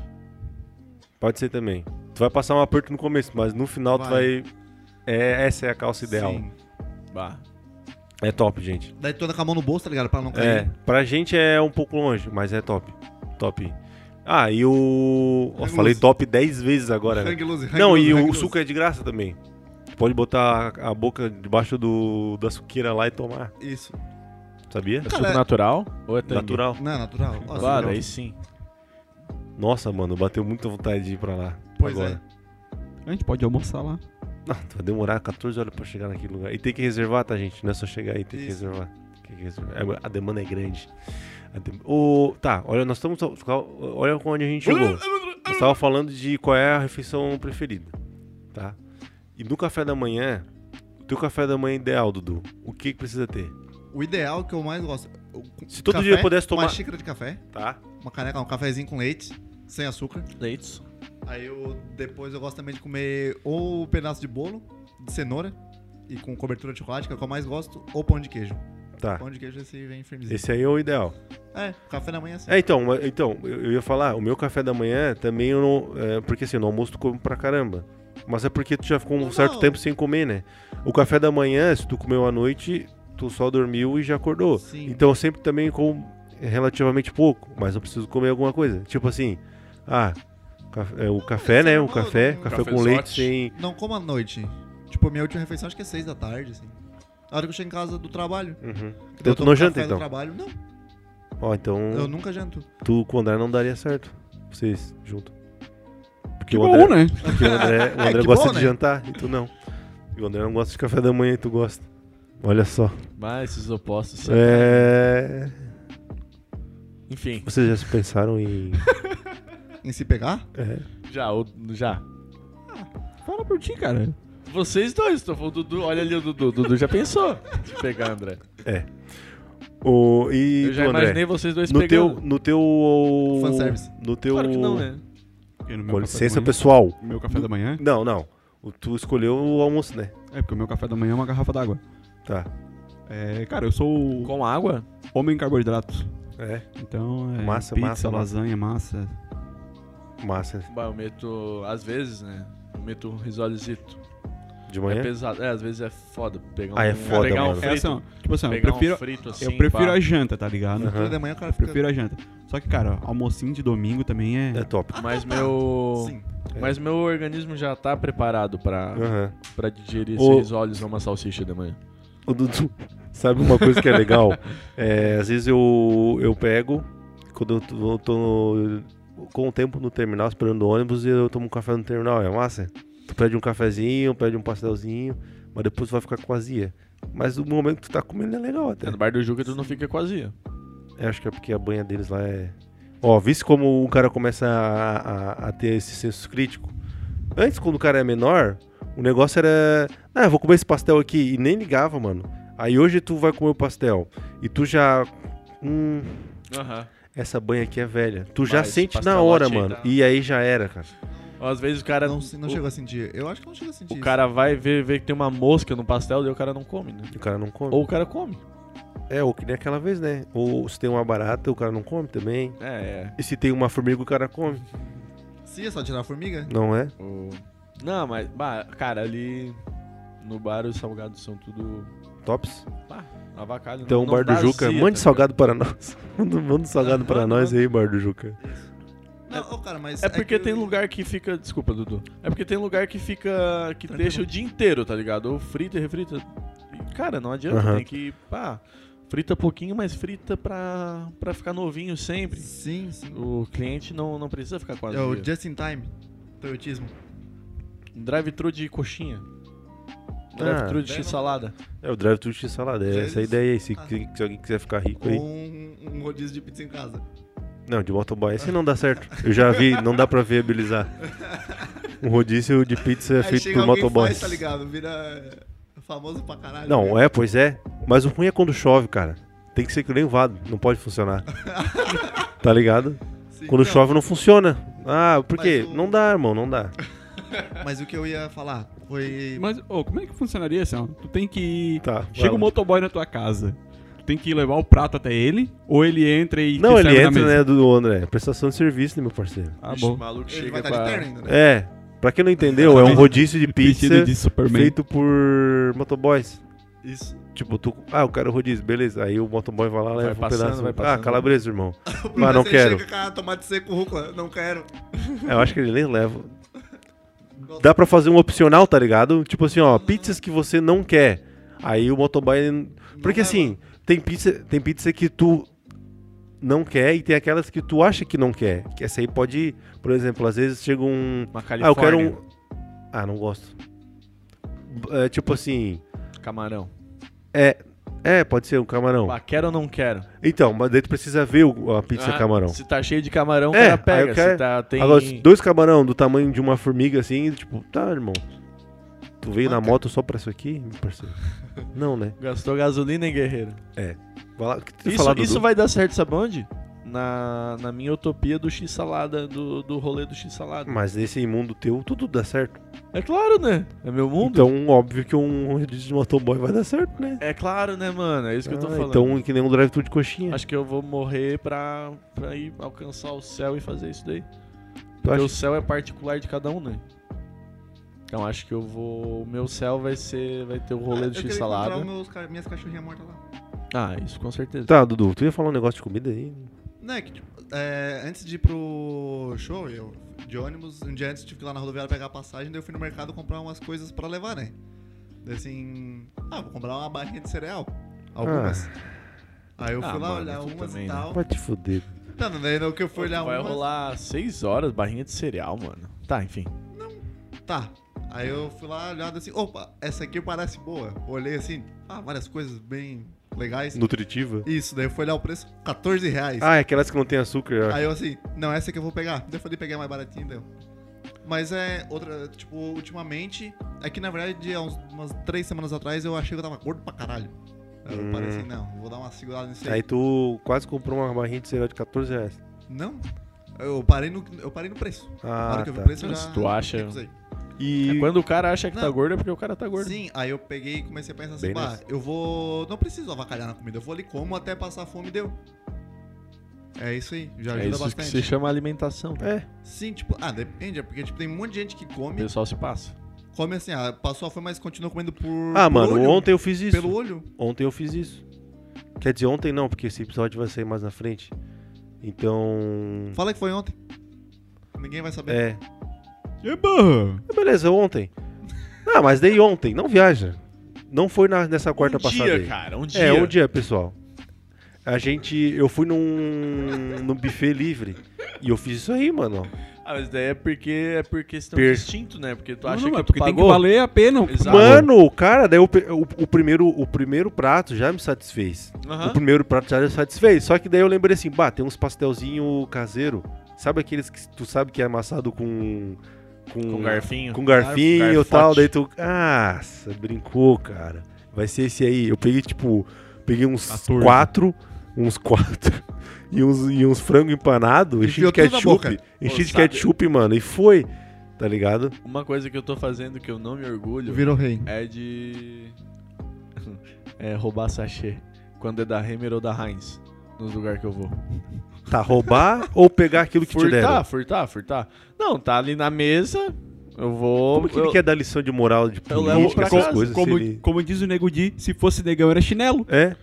Speaker 1: Pode ser também. Tu vai passar um aperto no começo, mas no final
Speaker 3: Vai.
Speaker 1: tu vai é, essa é a calça ideal.
Speaker 3: Sim.
Speaker 2: Bah.
Speaker 1: É top, gente.
Speaker 3: Daí tu anda com a mão no bolso, tá ligado? Pra não
Speaker 1: É,
Speaker 3: cair.
Speaker 1: pra gente é um pouco longe, mas é top. Top. Ah, e o. Eu
Speaker 3: Hang
Speaker 1: falei
Speaker 3: loose.
Speaker 1: top 10 vezes agora. né?
Speaker 3: Hang loose, hang
Speaker 1: Não,
Speaker 3: loose,
Speaker 1: e
Speaker 3: hang
Speaker 1: o
Speaker 3: loose.
Speaker 1: suco é de graça também. Tu pode botar a a boca debaixo do, da suqueira lá e tomar,
Speaker 3: Isso.
Speaker 1: sabia?
Speaker 2: É
Speaker 3: Cara,
Speaker 2: suco
Speaker 3: é-
Speaker 2: natural ou é tangue? Ah,
Speaker 1: Natural.
Speaker 3: Não, é natural. Ó,
Speaker 2: Bah,
Speaker 3: suco.
Speaker 2: daí sim.
Speaker 1: Nossa, mano, bateu muita vontade de ir pra lá.
Speaker 3: Pois é.
Speaker 1: agora.
Speaker 4: A gente pode almoçar lá.
Speaker 1: Não, tu vai demorar 14 horas pra chegar naquele lugar. E tem que reservar, tá, gente? Não é só chegar aí, tem que
Speaker 3: Isso.
Speaker 1: reservar. Tem que reservar. É, A demanda é grande. A dem- Ô, tá, olha, nós estamos. Olha onde a gente chegou. Eu estava falando de qual é a refeição preferida, tá? E no café da manhã, o teu café da manhã ideal, Dudu, o que, que precisa ter?
Speaker 3: O ideal que eu mais gosto. o
Speaker 1: Se todo
Speaker 3: café,
Speaker 1: dia pudesse
Speaker 3: Uma
Speaker 1: tomar,
Speaker 3: xícara de café,
Speaker 1: tá?
Speaker 3: uma caneca, um cafezinho com leite, sem açúcar.
Speaker 2: Leitos.
Speaker 3: Aí eu depois eu gosto também de comer ou um pedaço de bolo, de cenoura, e com cobertura de chocolate, que é o que eu mais gosto, ou pão de queijo.
Speaker 1: Tá.
Speaker 3: Pão de queijo esse vem firmezinho.
Speaker 1: Esse aí é o ideal.
Speaker 3: É, café da manhã é assim.
Speaker 1: É, então, mas- então, eu eu ia falar, o meu café da manhã também eu não. é, porque assim, no almoço tu come pra caramba. Mas é porque tu já ficou um
Speaker 3: Não,
Speaker 1: certo
Speaker 3: não.
Speaker 1: tempo sem comer, né? O café da manhã, se tu comeu à noite, tu só dormiu e já acordou.
Speaker 3: Sim.
Speaker 1: Então eu sempre também como relativamente pouco, mas eu preciso comer alguma coisa. Tipo assim, ah, caf- é, o café,
Speaker 3: isso é
Speaker 1: né? O
Speaker 3: normal,
Speaker 1: café,
Speaker 3: não-
Speaker 1: café,
Speaker 2: Café
Speaker 1: com
Speaker 2: sorte.
Speaker 1: leite sem.
Speaker 3: Não como à noite. Tipo, minha última refeição acho que é seis da tarde, assim. A hora que eu chego em casa do trabalho.
Speaker 1: Uhum. Então
Speaker 3: Eu
Speaker 1: tu
Speaker 3: tomo
Speaker 1: não
Speaker 3: café
Speaker 1: janta,
Speaker 3: do
Speaker 1: então?
Speaker 3: trabalho. Não,
Speaker 1: Ó, então
Speaker 3: eu nunca janto.
Speaker 1: tu com o André não daria certo. Vocês junto. Porque
Speaker 4: Que
Speaker 1: o
Speaker 4: bom,
Speaker 1: André,
Speaker 4: né?
Speaker 1: Porque o André, o
Speaker 3: É,
Speaker 1: André
Speaker 3: que
Speaker 1: gosta
Speaker 3: bom,
Speaker 1: de
Speaker 3: né?
Speaker 1: jantar e tu não. E o André não gosta de café da manhã e tu gosta. Olha só.
Speaker 2: Mas esses opostos. sim.
Speaker 1: É...
Speaker 2: Enfim,
Speaker 1: Vocês já se pensaram em.
Speaker 3: Em se pegar?
Speaker 1: É.
Speaker 2: já, o- já.
Speaker 4: Fala por ti, cara.
Speaker 2: Vocês dois, tô falando, Dudu, olha ali o Dudu. O Dudu já pensou de pegar, André.
Speaker 1: O... E
Speaker 2: Eu já
Speaker 1: tu, André?
Speaker 2: imaginei vocês dois
Speaker 1: No
Speaker 2: pegando.
Speaker 1: teu. No teu.
Speaker 3: Fanservice.
Speaker 1: No teu.
Speaker 2: Claro que não, né?
Speaker 4: Porque no meu
Speaker 1: Com
Speaker 4: café da
Speaker 1: licença,
Speaker 4: manhã-
Speaker 1: pessoal.
Speaker 4: no Meu café da manhã?
Speaker 1: Não, não. O- Tu escolheu o almoço, né?
Speaker 4: É, porque o meu café da manhã é uma garrafa d'água.
Speaker 1: Tá.
Speaker 4: É, cara, eu sou
Speaker 2: Com água?
Speaker 4: homem carboidratos.
Speaker 1: É.
Speaker 4: Então, é
Speaker 1: Massa,
Speaker 4: pizza,
Speaker 1: massa, massa.
Speaker 4: lasanha, massa.
Speaker 1: Massa.
Speaker 2: Bah, eu meto, às vezes, né? Eu meto um risolizito.
Speaker 1: De
Speaker 2: É
Speaker 1: manhã?
Speaker 2: pesado. É, às vezes é foda pegar um
Speaker 1: Ah, é foda,
Speaker 2: pegar
Speaker 1: mano.
Speaker 2: Um
Speaker 4: É
Speaker 2: frito,
Speaker 4: assim, ó, tipo assim, ó, eu
Speaker 2: pegar
Speaker 4: prefiro,
Speaker 2: um frito assim.
Speaker 4: eu prefiro
Speaker 2: pá.
Speaker 4: a janta, tá ligado?
Speaker 1: Aham.
Speaker 3: Toda manhã o cara
Speaker 4: Eu
Speaker 3: fica...
Speaker 4: prefiro a janta. Só que, cara, almocinho de domingo também é...
Speaker 1: É top.
Speaker 2: Mas meu.
Speaker 3: Sim.
Speaker 2: Mas meu organismo já tá preparado pra,
Speaker 1: Aham.
Speaker 2: pra digerir
Speaker 1: Ô.
Speaker 2: esses olhos numa salsicha de manhã.
Speaker 1: Ô, Dudu, sabe uma coisa que é legal? É, às vezes eu, eu pego, quando eu tô, eu tô no- com o tempo no terminal, esperando o ônibus, e eu tomo um café no terminal, é massa? Tu pede um cafezinho, pede um pastelzinho, mas depois tu vai ficar com azia. Mas o momento que tu tá comendo é legal até.
Speaker 2: É, No bar do Juca tu não fica quase.
Speaker 1: Eu acho que é porque a banha deles lá é. Ó, viste como o cara começa a, a- a ter esse senso crítico? Antes, quando o cara é menor, o negócio era. Ah, eu vou comer esse pastel aqui. E nem ligava, mano. Aí hoje tu vai comer o pastel. E tu já. Hum,
Speaker 2: Aham.
Speaker 1: essa banha aqui é velha. Tu já
Speaker 2: Mas
Speaker 1: sente na
Speaker 2: Ah, pastel
Speaker 1: hora,
Speaker 2: latte aí
Speaker 1: mano.
Speaker 2: tá-
Speaker 1: E aí já era, cara.
Speaker 2: Às vezes o cara.
Speaker 3: Não, se- não
Speaker 2: o,
Speaker 3: chegou a sentir. Eu acho que não chegou a sentir
Speaker 2: o
Speaker 3: isso.
Speaker 2: cara vai ver, ver que tem uma mosca no pastel, daí o cara não come, né?
Speaker 1: O cara não come.
Speaker 2: Ou o cara come.
Speaker 1: É, ou que nem aquela vez, né? Ou se tem uma barata, o cara não come também.
Speaker 2: É, é.
Speaker 1: E se tem uma formiga, o cara come.
Speaker 3: Se é só tirar a formiga?
Speaker 1: Não é?
Speaker 2: O- Não, mas, bah, cara, ali no bar os salgados são tudo
Speaker 1: Tops.
Speaker 2: bah, avacalho.
Speaker 1: Então,
Speaker 2: não,
Speaker 1: Bar
Speaker 2: não
Speaker 1: do
Speaker 2: dá
Speaker 1: Juca,
Speaker 2: azia,
Speaker 1: mande
Speaker 2: tá
Speaker 1: salgado para nós. Manda, manda um salgado para nós aí, Bar do Juca.
Speaker 3: Não, ô, cara, mas...
Speaker 2: É porque
Speaker 3: que-
Speaker 2: tem lugar que fica. Desculpa, Dudu. É porque tem lugar que fica. que
Speaker 3: Tranquilo.
Speaker 2: deixa o dia inteiro, tá ligado? Ou frita e refrita. E, Cara, não adianta,
Speaker 1: Aham.
Speaker 2: tem que. Pá, frita pouquinho, mas frita pra, pra ficar novinho sempre.
Speaker 3: Sim, sim.
Speaker 2: O cliente não, não precisa ficar quase.
Speaker 3: É o just in time. Toyotismo.
Speaker 2: Drive-thru de coxinha. Drive-thru de
Speaker 3: Ah.
Speaker 2: x-salada.
Speaker 1: É o drive-thru de salada, é
Speaker 3: Já
Speaker 1: essa a
Speaker 3: eles-
Speaker 1: ideia aí. Se,
Speaker 3: Ah.
Speaker 1: se- se alguém quiser ficar rico
Speaker 3: Ou
Speaker 1: aí.
Speaker 3: um, um rodízio de pizza em casa.
Speaker 1: Não, de motoboy. Esse não dá certo. Eu já vi, não dá pra viabilizar. Um rodízio de pizza é
Speaker 3: Aí
Speaker 1: feito
Speaker 3: chega
Speaker 1: por
Speaker 3: alguém e
Speaker 1: motoboy.
Speaker 3: faz, tá ligado? Vira é, famoso pra caralho.
Speaker 1: Não,
Speaker 3: né?
Speaker 1: é, pois é. Mas o ruim é quando chove, cara. Tem que ser que nem o vado, não pode funcionar. tá ligado?
Speaker 3: Sim,
Speaker 1: Quando
Speaker 3: não,
Speaker 1: chove não funciona. Ah, por quê?
Speaker 3: Mas o-
Speaker 1: Não dá, irmão, não dá.
Speaker 3: Mas o que eu ia falar foi...
Speaker 4: Mas, ô, como é que funcionaria assim, ó? Tu tem que ir...
Speaker 1: Tá, vai
Speaker 4: Chega
Speaker 1: lá.
Speaker 4: o motoboy na tua casa. Tu tem que levar o prato até ele, ou ele entra e
Speaker 1: Não,
Speaker 4: te
Speaker 1: ele
Speaker 4: serve na
Speaker 1: entra,
Speaker 4: mesa?
Speaker 1: né, do André. Prestação de serviço, né, meu parceiro?
Speaker 4: Ah,
Speaker 2: Ixi, o
Speaker 4: bom.
Speaker 2: maluco
Speaker 3: Ele vai
Speaker 2: chega
Speaker 3: estar
Speaker 2: com
Speaker 3: de terno
Speaker 2: a...
Speaker 3: ainda, né?
Speaker 1: É. Pra quem não entendeu, é um rodízio de
Speaker 4: Vestido
Speaker 1: pizza
Speaker 4: de Superman.
Speaker 1: feito por motoboys.
Speaker 3: Isso.
Speaker 1: Tipo, tu, ah, eu quero rodízio, beleza. Aí o motoboy vai lá, leva um
Speaker 2: passando,
Speaker 1: pedaço.
Speaker 2: vai passando.
Speaker 1: Ah, calabresa, irmão.
Speaker 3: O
Speaker 1: É, Mas não
Speaker 3: Brasil
Speaker 1: quero.
Speaker 3: Chega, cara, tomate seco, rúcula. Não quero.
Speaker 1: É, Eu acho que ele nem leva. Dá pra fazer um opcional, tá ligado? Tipo assim, ó, pizzas que você não quer. Aí o motoboy. Porque
Speaker 3: leva.
Speaker 1: assim, tem pizza, tem pizza que tu não quer e tem aquelas que tu acha que não quer. Que essa aí pode. Por exemplo, às vezes chega um.
Speaker 2: Uma
Speaker 1: Ah, eu
Speaker 2: Califórnia.
Speaker 1: quero um. Ah, não gosto. É, tipo assim.
Speaker 2: Camarão.
Speaker 1: É. É, pode ser um camarão.
Speaker 2: Ah, quero ou não quero?
Speaker 1: Então, mas daí tu precisa ver o- a pizza
Speaker 2: Ah,
Speaker 1: camarão.
Speaker 2: Se tá cheio de camarão, o
Speaker 1: É,
Speaker 2: cara
Speaker 1: aí
Speaker 2: pega.
Speaker 1: eu quero-
Speaker 2: Se tá, tem...
Speaker 1: Agora, se dois camarão do tamanho de uma formiga assim, tipo, tá, irmão. Tu veio na
Speaker 3: Banca.
Speaker 1: moto só pra isso aqui, meu parceiro? Não, né?
Speaker 2: Gastou gasolina, hein, guerreiro?
Speaker 1: Vai lá, o que tu ia
Speaker 2: Isso,
Speaker 1: falar, Dudu?
Speaker 2: isso vai dar certo, sabe onde? Na, na minha utopia do X-salada, do, do rolê do X-salada.
Speaker 1: Mas nesse mundo teu, tudo dá certo.
Speaker 2: É claro, né? É meu mundo?
Speaker 1: Então, óbvio que um rodízio de motoboy vai dar certo, né?
Speaker 2: É claro, né, mano? É isso que eu tô
Speaker 1: Ah,
Speaker 2: falando.
Speaker 1: Então, que nem um drive-thru de coxinha.
Speaker 2: Acho que eu vou morrer pra, pra ir alcançar o céu e fazer isso daí.
Speaker 1: tu
Speaker 2: Porque
Speaker 1: acha?
Speaker 2: o céu é particular de cada um, né? Então acho que eu vou. O meu céu vai ser. Vai ter o rolê
Speaker 3: Ah, Eu
Speaker 2: do
Speaker 3: queria
Speaker 2: X-salada.
Speaker 3: encontrar meus ca- minhas cachorrinhas mortas lá.
Speaker 2: Ah, isso com
Speaker 3: Então,
Speaker 2: certeza.
Speaker 1: Tá, Dudu, tu ia falar um negócio de comida aí?
Speaker 3: Não, é que, tipo, é, antes de ir pro show, eu de ônibus, um dia antes tive que ir lá na rodoviária pegar a passagem, daí eu fui no mercado comprar umas coisas pra levar, né? Daí assim, ah, vou comprar uma barrinha de cereal. Algumas. Aí eu
Speaker 2: Ah,
Speaker 3: fui lá
Speaker 2: mano,
Speaker 3: olhar
Speaker 2: tu
Speaker 3: umas
Speaker 2: também,
Speaker 3: e
Speaker 2: né?
Speaker 3: tal.
Speaker 1: Vai te foder.
Speaker 3: Não, não, daí no que eu fui olhar
Speaker 2: vai
Speaker 3: umas.
Speaker 2: rolar 6 horas, barrinha de cereal, mano. Tá, enfim.
Speaker 3: Tá. Aí eu fui lá olhar assim, opa, essa aqui parece boa. Olhei assim, ah, várias coisas bem legais.
Speaker 1: Nutritiva?
Speaker 3: Isso, daí eu fui olhar o preço, 14 reais.
Speaker 1: Ah, é aquelas que não tem açúcar.
Speaker 3: Aí eu assim, não, essa que eu vou pegar. Daí eu falei, peguei a mais baratinha, deu. Mas é outra, tipo, ultimamente, é que na verdade, há uns, umas três semanas atrás eu achei que eu tava gordo pra caralho. Aí eu
Speaker 1: Hum.
Speaker 3: falei assim, não, vou dar uma segurada nisso aí.
Speaker 1: Aí tu quase comprou uma barrinha de cereal de 14 reais.
Speaker 3: Não, eu parei no, eu parei no preço. na
Speaker 1: Ah,
Speaker 3: hora que eu vi o
Speaker 1: tá.
Speaker 3: preço, eu já
Speaker 2: Se tu acha-
Speaker 3: recusei.
Speaker 1: E...
Speaker 2: É quando o cara acha que tá
Speaker 3: Não.
Speaker 2: gordo é porque o cara tá gordo.
Speaker 3: Sim, aí eu peguei e comecei a pensar assim,
Speaker 1: Bem
Speaker 3: pá,
Speaker 1: nisso.
Speaker 3: eu vou... Não preciso avacalhar na comida, eu vou ali como até passar fome, deu. É isso aí, já
Speaker 2: é
Speaker 3: ajuda
Speaker 2: isso que
Speaker 3: bastante.
Speaker 2: se chama alimentação. né?
Speaker 1: É,
Speaker 3: Sim, tipo, ah, depende, é porque tipo, tem um monte de gente que
Speaker 2: O
Speaker 3: come
Speaker 2: pessoal se passa.
Speaker 3: Come assim, ah, passou a fome, mas continua comendo por.
Speaker 1: Ah,
Speaker 3: por
Speaker 1: mano,
Speaker 3: olho,
Speaker 1: ontem eu fiz isso.
Speaker 3: Pelo olho?
Speaker 1: Ontem eu fiz isso. Quer dizer, ontem não, porque esse episódio vai sair mais na frente. Então.
Speaker 3: Fala que foi ontem. Ninguém vai saber.
Speaker 1: É.
Speaker 4: Eba!
Speaker 1: Beleza, ontem. Ah, mas dei ontem, não viaja. Não foi na- nessa quarta
Speaker 2: um
Speaker 1: passada.
Speaker 2: dia,
Speaker 1: aí.
Speaker 2: cara. Um dia.
Speaker 1: É, um dia, pessoal. A gente. Eu fui num. num buffet livre. E eu fiz isso aí, mano.
Speaker 2: Ah, mas daí é porque é porque estão
Speaker 1: Per-
Speaker 2: distinto, né? Porque tu
Speaker 4: Não,
Speaker 2: acha
Speaker 4: não, é
Speaker 2: que tu
Speaker 4: porque tem que
Speaker 2: pagou.
Speaker 4: valer a pena.
Speaker 2: Exato.
Speaker 1: Mano, cara, daí o, pe- o, o primeiro, o primeiro prato já me satisfez.
Speaker 2: Aham.
Speaker 1: O primeiro prato já me satisfez. Só que daí eu lembrei assim, bah, tem uns pastelzinho caseiro. Sabe aqueles que tu sabe que é amassado com. Com,
Speaker 2: Com garfinho.
Speaker 1: com garfinho e
Speaker 2: Garfote.
Speaker 1: tal. Daí tu. Ah, cê brincou, cara. Vai ser esse aí. Eu peguei, tipo. Peguei uns
Speaker 2: Tá
Speaker 4: 14.
Speaker 1: quatro. Uns quatro. E uns, e uns frango empanado. Enchi
Speaker 3: Enfiou
Speaker 1: de
Speaker 3: tudo na
Speaker 1: ketchup.
Speaker 3: boca.
Speaker 1: Enchi
Speaker 2: Pô,
Speaker 1: de
Speaker 2: sabe-
Speaker 1: ketchup, mano. E foi. Tá ligado?
Speaker 2: Uma coisa que eu tô fazendo que eu não me orgulho
Speaker 3: Virou rei.
Speaker 2: é de. é roubar sachê. Quando é da Hammer ou da Heinz. Nos lugares que eu vou.
Speaker 1: Tá, roubar ou pegar aquilo que te deram?
Speaker 2: Furtar, furtar, furtar. Não, tá ali na mesa. Eu vou.
Speaker 1: Como que ele
Speaker 2: eu-
Speaker 1: quer dar lição de moral de
Speaker 2: eu levo
Speaker 1: política,
Speaker 2: pra
Speaker 1: essas
Speaker 2: casa,
Speaker 1: coisas? assim, se
Speaker 4: É como,
Speaker 1: ele-
Speaker 4: como diz o Nego Di, se fosse negão era chinelo.
Speaker 1: É?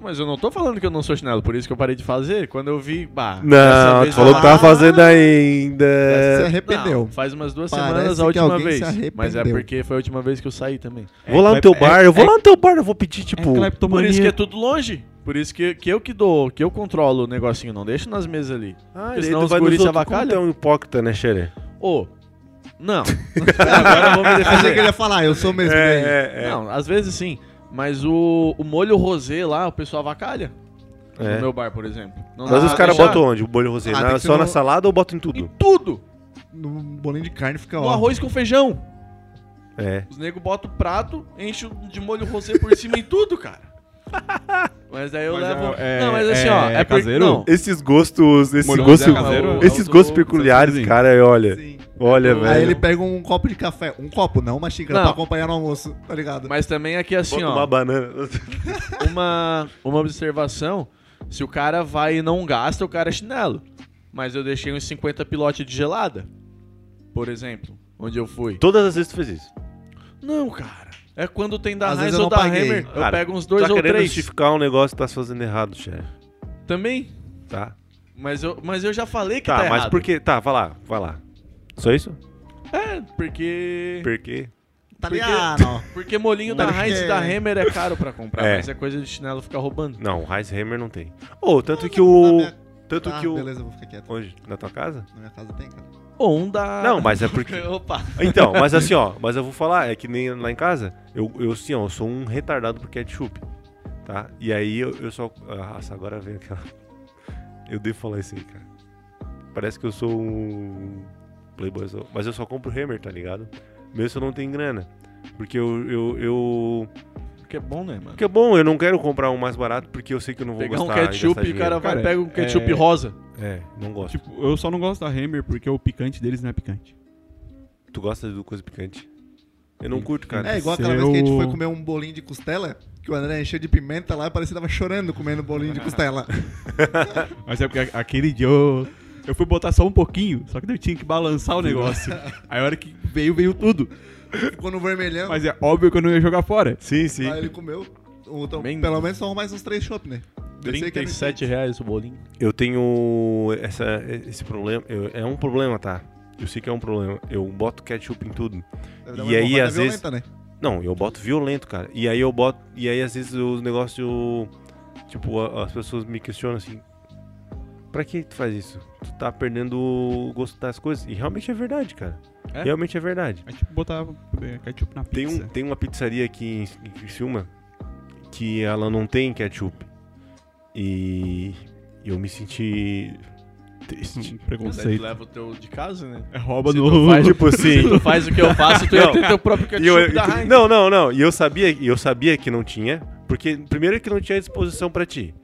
Speaker 2: Mas eu não tô falando que eu não sou chinelo, por isso que eu parei de fazer. Quando eu vi. Bah, dessa
Speaker 1: Não, tu
Speaker 2: vez
Speaker 1: falou
Speaker 2: eu-
Speaker 1: que tava fazendo
Speaker 3: Se
Speaker 1: ainda.
Speaker 3: arrependeu.
Speaker 2: Não, faz umas duas
Speaker 3: Parece
Speaker 2: semanas a
Speaker 3: que
Speaker 2: última
Speaker 3: alguém se
Speaker 2: vez. Mas é
Speaker 3: arrependeu.
Speaker 2: porque foi a última vez que eu saí também.
Speaker 1: Vou lá no teu
Speaker 4: é-
Speaker 1: bar, eu vou
Speaker 4: é-
Speaker 1: lá no teu bar, eu vou pedir, tipo.
Speaker 4: é
Speaker 2: Por
Speaker 4: cleptomania.
Speaker 2: isso que é tudo longe. Por isso que, que eu que dou, que eu controlo o negocinho, não deixo nas mesas ali.
Speaker 1: Ah,
Speaker 2: Porque
Speaker 1: ele
Speaker 2: senão os
Speaker 1: vai nos
Speaker 2: guris se
Speaker 1: outros. Como
Speaker 2: avacalham.
Speaker 1: tu é um hipócrita, né, Xerê?
Speaker 2: Ô, Não. Agora vamos
Speaker 3: Eu achei que ele ia falar, eu sou mesmo. né? e aí?
Speaker 1: É, é, é.
Speaker 2: Não, às vezes sim. Mas o, o molho rosé lá, o pessoal avacalha.
Speaker 1: É.
Speaker 2: No meu bar, por exemplo. Não
Speaker 1: Mas
Speaker 2: dá
Speaker 1: os
Speaker 2: pra
Speaker 1: caras
Speaker 2: deixar
Speaker 1: botam onde? O bolho rosé?
Speaker 3: Ah,
Speaker 1: Na-
Speaker 3: tem que ser
Speaker 1: só
Speaker 3: no-
Speaker 1: na salada ou botam em tudo?
Speaker 2: Em tudo.
Speaker 3: No bolinho de carne fica
Speaker 2: No
Speaker 3: ó.
Speaker 2: arroz com feijão.
Speaker 1: É.
Speaker 2: Os negros botam o prato, enchem de molho rosé por cima em tudo, cara. Mas daí eu
Speaker 4: Mas
Speaker 2: levo.
Speaker 4: é-
Speaker 2: não, mas assim,
Speaker 4: é-
Speaker 2: ó.
Speaker 4: é
Speaker 2: por-
Speaker 4: caseiro?
Speaker 2: Não,
Speaker 1: Esses gostos, esse
Speaker 4: Molho
Speaker 1: gosto,
Speaker 4: rosé caseiro?
Speaker 1: esses
Speaker 2: Eu tô-
Speaker 1: gostos peculiares,
Speaker 4: Sim.
Speaker 1: cara, é, olha,
Speaker 3: Sim.
Speaker 1: olha, velho.
Speaker 3: Aí ele pega um copo de café. Um copo, não, uma xícara
Speaker 2: Não.
Speaker 3: pra acompanhar no almoço, tá ligado?
Speaker 2: mas também aqui assim,
Speaker 1: bota
Speaker 2: ó.
Speaker 1: uma banana.
Speaker 2: uma, uma observação. Se o cara vai e não gasta, o cara é chinelo. Mas eu deixei uns 50 pilote de gelada. Por exemplo, onde eu fui.
Speaker 1: Todas as vezes tu fez isso.
Speaker 2: Não, cara. É quando tem da
Speaker 3: Às
Speaker 2: Heinz
Speaker 3: vezes eu
Speaker 2: ou
Speaker 3: não
Speaker 2: da
Speaker 3: paguei.
Speaker 2: Hammer, eu
Speaker 1: Cara,
Speaker 2: pego uns dois
Speaker 1: tá
Speaker 2: ou
Speaker 1: querendo
Speaker 2: três.
Speaker 1: justificar um negócio que tá se fazendo errado, chefe.
Speaker 2: Também.
Speaker 1: Tá?
Speaker 2: Mas eu, mas eu já falei que tá,
Speaker 1: Tá, mas
Speaker 2: errado.
Speaker 1: por que? Tá, vai lá, vai lá. Só isso?
Speaker 2: É, porque...
Speaker 1: Por quê?
Speaker 3: Tá Italiano.
Speaker 2: Porque molinho da
Speaker 3: Porque-
Speaker 2: Heinz e da Hammer é caro pra comprar,
Speaker 1: É.
Speaker 2: mas é coisa de chinelo ficar roubando.
Speaker 1: Não, o Heisenhammer não tem. Ô, tanto que
Speaker 2: Ah,
Speaker 1: o.
Speaker 3: Na minha-
Speaker 1: Tanto
Speaker 3: Tá,
Speaker 1: que o.
Speaker 3: beleza, eu vou ficar quieto.
Speaker 1: Onde? Na tua casa?
Speaker 3: Na minha casa tem, cara.
Speaker 2: Ou um da...
Speaker 1: Não, mas é porque.
Speaker 2: Opa.
Speaker 1: Então, mas assim, ó, mas eu vou falar, é que nem lá em casa, eu, eu assim, ó, eu sou um retardado por ketchup, tá? E aí eu, eu só. ah, Nossa, agora vem aquela. Eu devo falar isso aí, cara. Parece que eu sou um playboyzão, mas eu só compro Hammer, tá ligado? Mesmo se eu não tenho grana. Porque eu, eu, eu-
Speaker 2: Porque é bom, né, mano?
Speaker 1: Porque é bom, eu não quero comprar um mais barato porque eu sei que eu não vou
Speaker 2: Pegar um
Speaker 1: gostar e gastar
Speaker 2: ketchup e o cara
Speaker 1: dinheiro.
Speaker 2: vai
Speaker 4: Cara,
Speaker 2: pega um
Speaker 4: é-
Speaker 2: ketchup rosa.
Speaker 1: É, não gosto.
Speaker 4: Tipo, eu só não gosto da Hammer porque o picante deles não é picante.
Speaker 1: Tu gosta de coisa picante? Eu não curto, cara.
Speaker 3: É igual
Speaker 4: se
Speaker 3: aquela vez que a gente
Speaker 4: eu-
Speaker 3: foi comer um bolinho de costela, que o André encheu de pimenta lá e parecia que tava chorando comendo bolinho de costela.
Speaker 4: Mas é porque a- aquele dia eu, eu fui botar só um pouquinho, só que daí eu tinha que balançar o negócio. Aí a hora que veio, veio tudo.
Speaker 3: Ficou no vermelhão,
Speaker 4: Mas é óbvio que eu não ia jogar fora.
Speaker 1: Sim, sim.
Speaker 3: aí ele comeu. Então,
Speaker 2: Bem-
Speaker 3: pelo menos só mais uns três chopp, né? Eu
Speaker 1: é
Speaker 3: sei que ele-
Speaker 2: 37 reais o bolinho.
Speaker 1: Eu tenho essa, esse problema. eu- é um problema, tá? Eu sei que é um problema. Eu boto ketchup em tudo.
Speaker 3: Deve dar
Speaker 1: E
Speaker 3: uma
Speaker 1: aí,
Speaker 3: bofada
Speaker 1: às vezes-
Speaker 3: violenta, né?
Speaker 1: Não, eu boto violento, cara. E aí eu boto. E aí às vezes o negócio. Tipo, a- as pessoas me questionam assim. Pra que tu faz isso? Tu tá perdendo o gosto das coisas. E realmente é verdade, cara.
Speaker 2: É?
Speaker 1: Realmente é verdade.
Speaker 4: É tipo botar é, ketchup na pizza.
Speaker 1: Tem, um, tem uma pizzaria aqui em, em Criciúma que ela não tem ketchup. E eu me senti triste.
Speaker 2: Hum.
Speaker 4: um
Speaker 2: Você
Speaker 4: preconceito.
Speaker 2: leva o teu de casa, né?
Speaker 4: É rouba
Speaker 2: Se
Speaker 4: no...
Speaker 2: tu faz-
Speaker 1: tipo assim.
Speaker 2: Se tu faz o que eu faço, tu ia
Speaker 1: Não.
Speaker 2: ter teu próprio ketchup
Speaker 1: E eu-
Speaker 2: da
Speaker 1: tu-
Speaker 2: Heinz.
Speaker 1: não, não, não. E eu sabia, e eu sabia que não tinha, porque primeiro que não tinha disposição pra ti,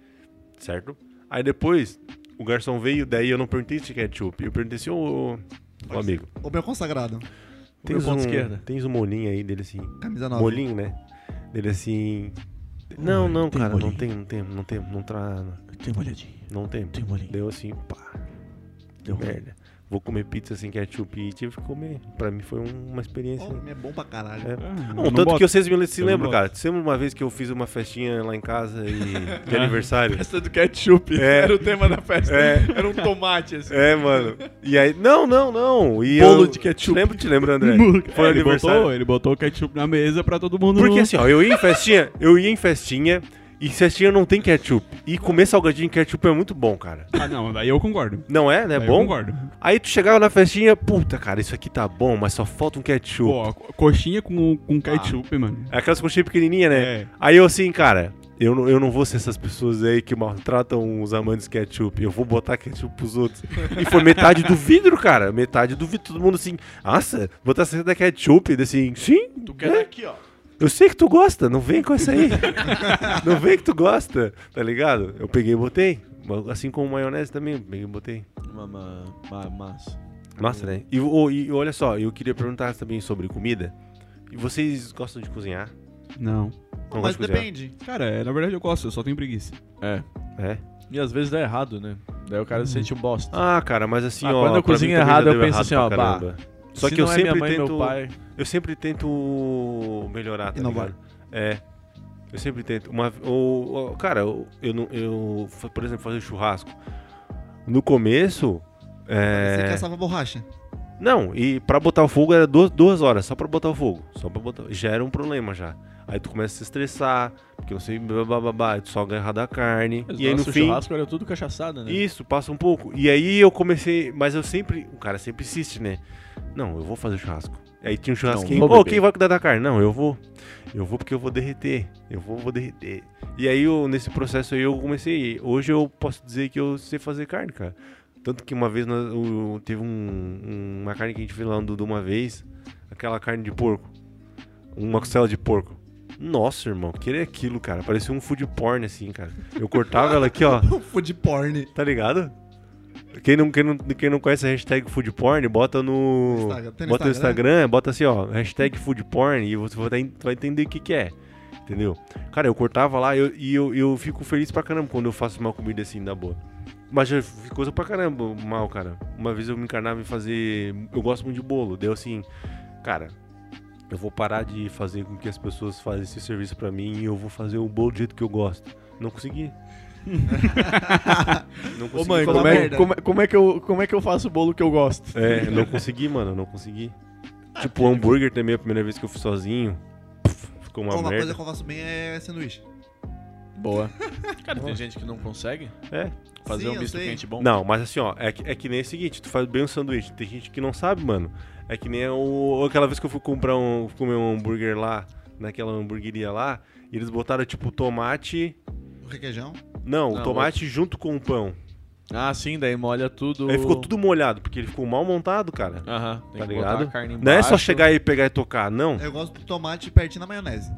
Speaker 1: certo? Aí depois o garçom veio, daí eu não perguntei se tinha ketchup, eu perguntei assim, ô, ô, ô amigo,
Speaker 3: O meu consagrado.
Speaker 1: tens
Speaker 2: ponto
Speaker 1: um,
Speaker 2: esquerda.
Speaker 1: tens um molinho aí dele assim,
Speaker 3: Camisa nova.
Speaker 1: molinho, né? Dele assim, não, não,
Speaker 2: tem
Speaker 1: cara, não
Speaker 2: molinho.
Speaker 1: tem, não tem, não tem, não tra,
Speaker 2: Tem uma olhadinha,
Speaker 1: não tem.
Speaker 2: tem uma olhadinha.
Speaker 1: Deu assim, pá, deu merda. Vou comer pizza sem ketchup e tive que comer. Pra mim foi um- uma experiência.
Speaker 3: Homem, é bom pra caralho.
Speaker 1: É.
Speaker 4: Ah, eu
Speaker 1: Não,
Speaker 4: não
Speaker 1: tanto
Speaker 4: boto.
Speaker 1: que vocês me se
Speaker 4: Eu não
Speaker 1: lembram,
Speaker 4: boto.
Speaker 1: cara. Você lembra uma vez que eu fiz uma festinha lá em casa e de aniversário?
Speaker 2: Festa do ketchup.
Speaker 1: É.
Speaker 2: Era o tema da festa.
Speaker 1: É.
Speaker 2: Era um tomate, assim.
Speaker 1: É, mano. E aí, não, não, não. E
Speaker 2: Bolo
Speaker 1: eu-
Speaker 2: de ketchup.
Speaker 1: Te lembro, te lembra, André? né? Foi
Speaker 4: É, ele,
Speaker 1: aniversário.
Speaker 4: botou, ele botou o ketchup na mesa pra todo mundo.
Speaker 1: Porque assim, ó, eu ia em festinha, eu ia em festinha e festinha não tem ketchup. E comer salgadinho em ketchup é muito bom, cara.
Speaker 4: Ah, não, daí eu concordo.
Speaker 1: Não é? Não é
Speaker 4: Daí Eu
Speaker 1: bom?
Speaker 4: concordo.
Speaker 1: Aí tu chegava na festinha, puta, cara, isso aqui tá bom, mas só falta um ketchup.
Speaker 4: Pô, co- coxinha com, com ketchup, mano.
Speaker 1: É aquelas coxinhas pequenininhas, né?
Speaker 4: É.
Speaker 1: Aí eu assim, cara, eu não, eu não vou ser essas pessoas aí que maltratam os amantes de ketchup. Eu vou botar ketchup pros outros. E foi metade do vidro, cara. Metade do vidro. Todo mundo assim, nossa, botar essa da ketchup. E assim, sim,
Speaker 2: Tu quer daqui, ó.
Speaker 1: eu sei que tu gosta. Não vem com essa aí. não vem que tu gosta, tá ligado? Eu peguei e botei. Assim como maionese também, eu peguei e botei.
Speaker 2: Uma, uma, uma massa.
Speaker 1: Massa, né? E, o- e olha só, eu queria perguntar também sobre comida. E vocês gostam de cozinhar?
Speaker 4: Não.
Speaker 1: É, Não
Speaker 3: Mas
Speaker 1: gosto de cozinhar.
Speaker 3: depende.
Speaker 4: Cara, é, na verdade eu gosto, eu só tenho preguiça.
Speaker 2: É.
Speaker 1: É.
Speaker 2: E às vezes dá errado, né? Daí o cara se sente um bosta.
Speaker 1: Ah, cara, mas assim,
Speaker 2: Ah,
Speaker 1: ó.
Speaker 2: quando eu
Speaker 1: pra mim
Speaker 2: cozinho
Speaker 1: também já
Speaker 2: errado, eu
Speaker 1: deu
Speaker 2: penso assim,
Speaker 1: pra
Speaker 2: ó, bah,
Speaker 1: caramba. Só
Speaker 2: Se
Speaker 1: que eu
Speaker 2: não
Speaker 1: sempre
Speaker 2: é minha mãe,
Speaker 1: tento.
Speaker 2: meu pai.
Speaker 1: Eu sempre tento melhorar, tá
Speaker 3: Inovar.
Speaker 1: ligado? É. Eu sempre tento. Uma, ou, ou- cara, eu, eu não. Eu, fa- por exemplo, fazer churrasco. No começo.
Speaker 3: Você
Speaker 1: É...
Speaker 3: caçava borracha.
Speaker 1: Não, e pra botar o fogo era duas, duas horas, só pra botar o fogo. Só pra botar. Já era um problema já. Aí tu começa a se estressar, porque não sei, blá, blá, blá, blá, aí tu só agarra da carne.
Speaker 2: Mas
Speaker 1: e aí no
Speaker 2: nosso
Speaker 1: fim.
Speaker 2: churrasco era tudo cachaçada, né?
Speaker 1: Isso, passa um pouco. E aí eu comecei, mas eu sempre, o cara sempre insiste, né? Não, eu vou fazer o churrasco. Aí tinha um churrasquinho.
Speaker 2: vou
Speaker 1: Ô,
Speaker 2: beber.
Speaker 1: quem vai cuidar da carne? Não, eu vou. Eu vou porque eu vou derreter. Eu vou, vou derreter. E aí, eu- nesse processo aí, eu comecei. Hoje eu posso dizer que eu sei fazer carne, cara. Tanto que uma vez nós- o- teve um- uma carne que a gente fez lá no Dudu uma vez. Aquela carne de porco. Uma costela de porco. Nossa, irmão, querer aquilo, cara. Parecia um food porn, assim, cara. Eu cortava ela aqui, ó.
Speaker 3: Food porn.
Speaker 1: Tá ligado? Quem não, quem, não, quem não conhece a hashtag food porn, bota no.
Speaker 3: Instagram. Tem no
Speaker 1: bota no
Speaker 3: Instagram, né?
Speaker 1: Instagram, bota assim, ó, hashtag food porn e você vai, ten- vai entender o que, que é. Entendeu? Cara, eu cortava lá eu- e eu, eu fico feliz pra caramba quando eu faço uma comida assim da boa. Mas já fiz coisa pra caramba mal, cara. Uma vez eu me encarnava em fazer. Eu gosto muito de bolo. Deu assim, cara, eu vou parar de fazer com que as pessoas façam esse serviço pra mim e eu vou fazer o bolo do jeito que eu gosto. Não consegui. não consegui. fazer
Speaker 2: mãe, como
Speaker 3: como é-
Speaker 1: bolo.
Speaker 2: é,
Speaker 3: merda. como
Speaker 2: que eu, faço o bolo que eu gosto?
Speaker 1: É, eu não consegui, mano, eu não consegui. Tipo, o hambúrguer também, a primeira vez que eu fui sozinho, puf, ficou uma,
Speaker 3: Uma, coisa
Speaker 1: merda.
Speaker 3: que eu faço bem é sanduíche.
Speaker 2: Boa. Cara, tem gente que não consegue
Speaker 1: É.
Speaker 2: fazer
Speaker 3: Sim,
Speaker 2: um
Speaker 3: eu
Speaker 2: misto
Speaker 3: sei.
Speaker 2: quente bom.
Speaker 1: Não, mas assim, ó, é que, é que nem o seguinte, tu faz bem um sanduíche, tem gente que não sabe, mano. É que nem o, aquela vez que eu fui comprar um, comer um hambúrguer lá, naquela hamburgueria lá, e eles botaram, tipo, tomate...
Speaker 3: O requeijão.
Speaker 1: Não, o
Speaker 2: Não,
Speaker 1: tomate junto com o pão.
Speaker 2: Ah, sim, daí molha tudo.
Speaker 1: Aí ficou tudo molhado, porque ele ficou mal montado, cara.
Speaker 2: Aham, tem
Speaker 1: Tá
Speaker 2: que
Speaker 1: ligado?
Speaker 2: botar a carne
Speaker 1: Não é só
Speaker 2: embaixo.
Speaker 1: chegar e pegar e tocar, não.
Speaker 3: Eu gosto do tomate pertinho na maionese.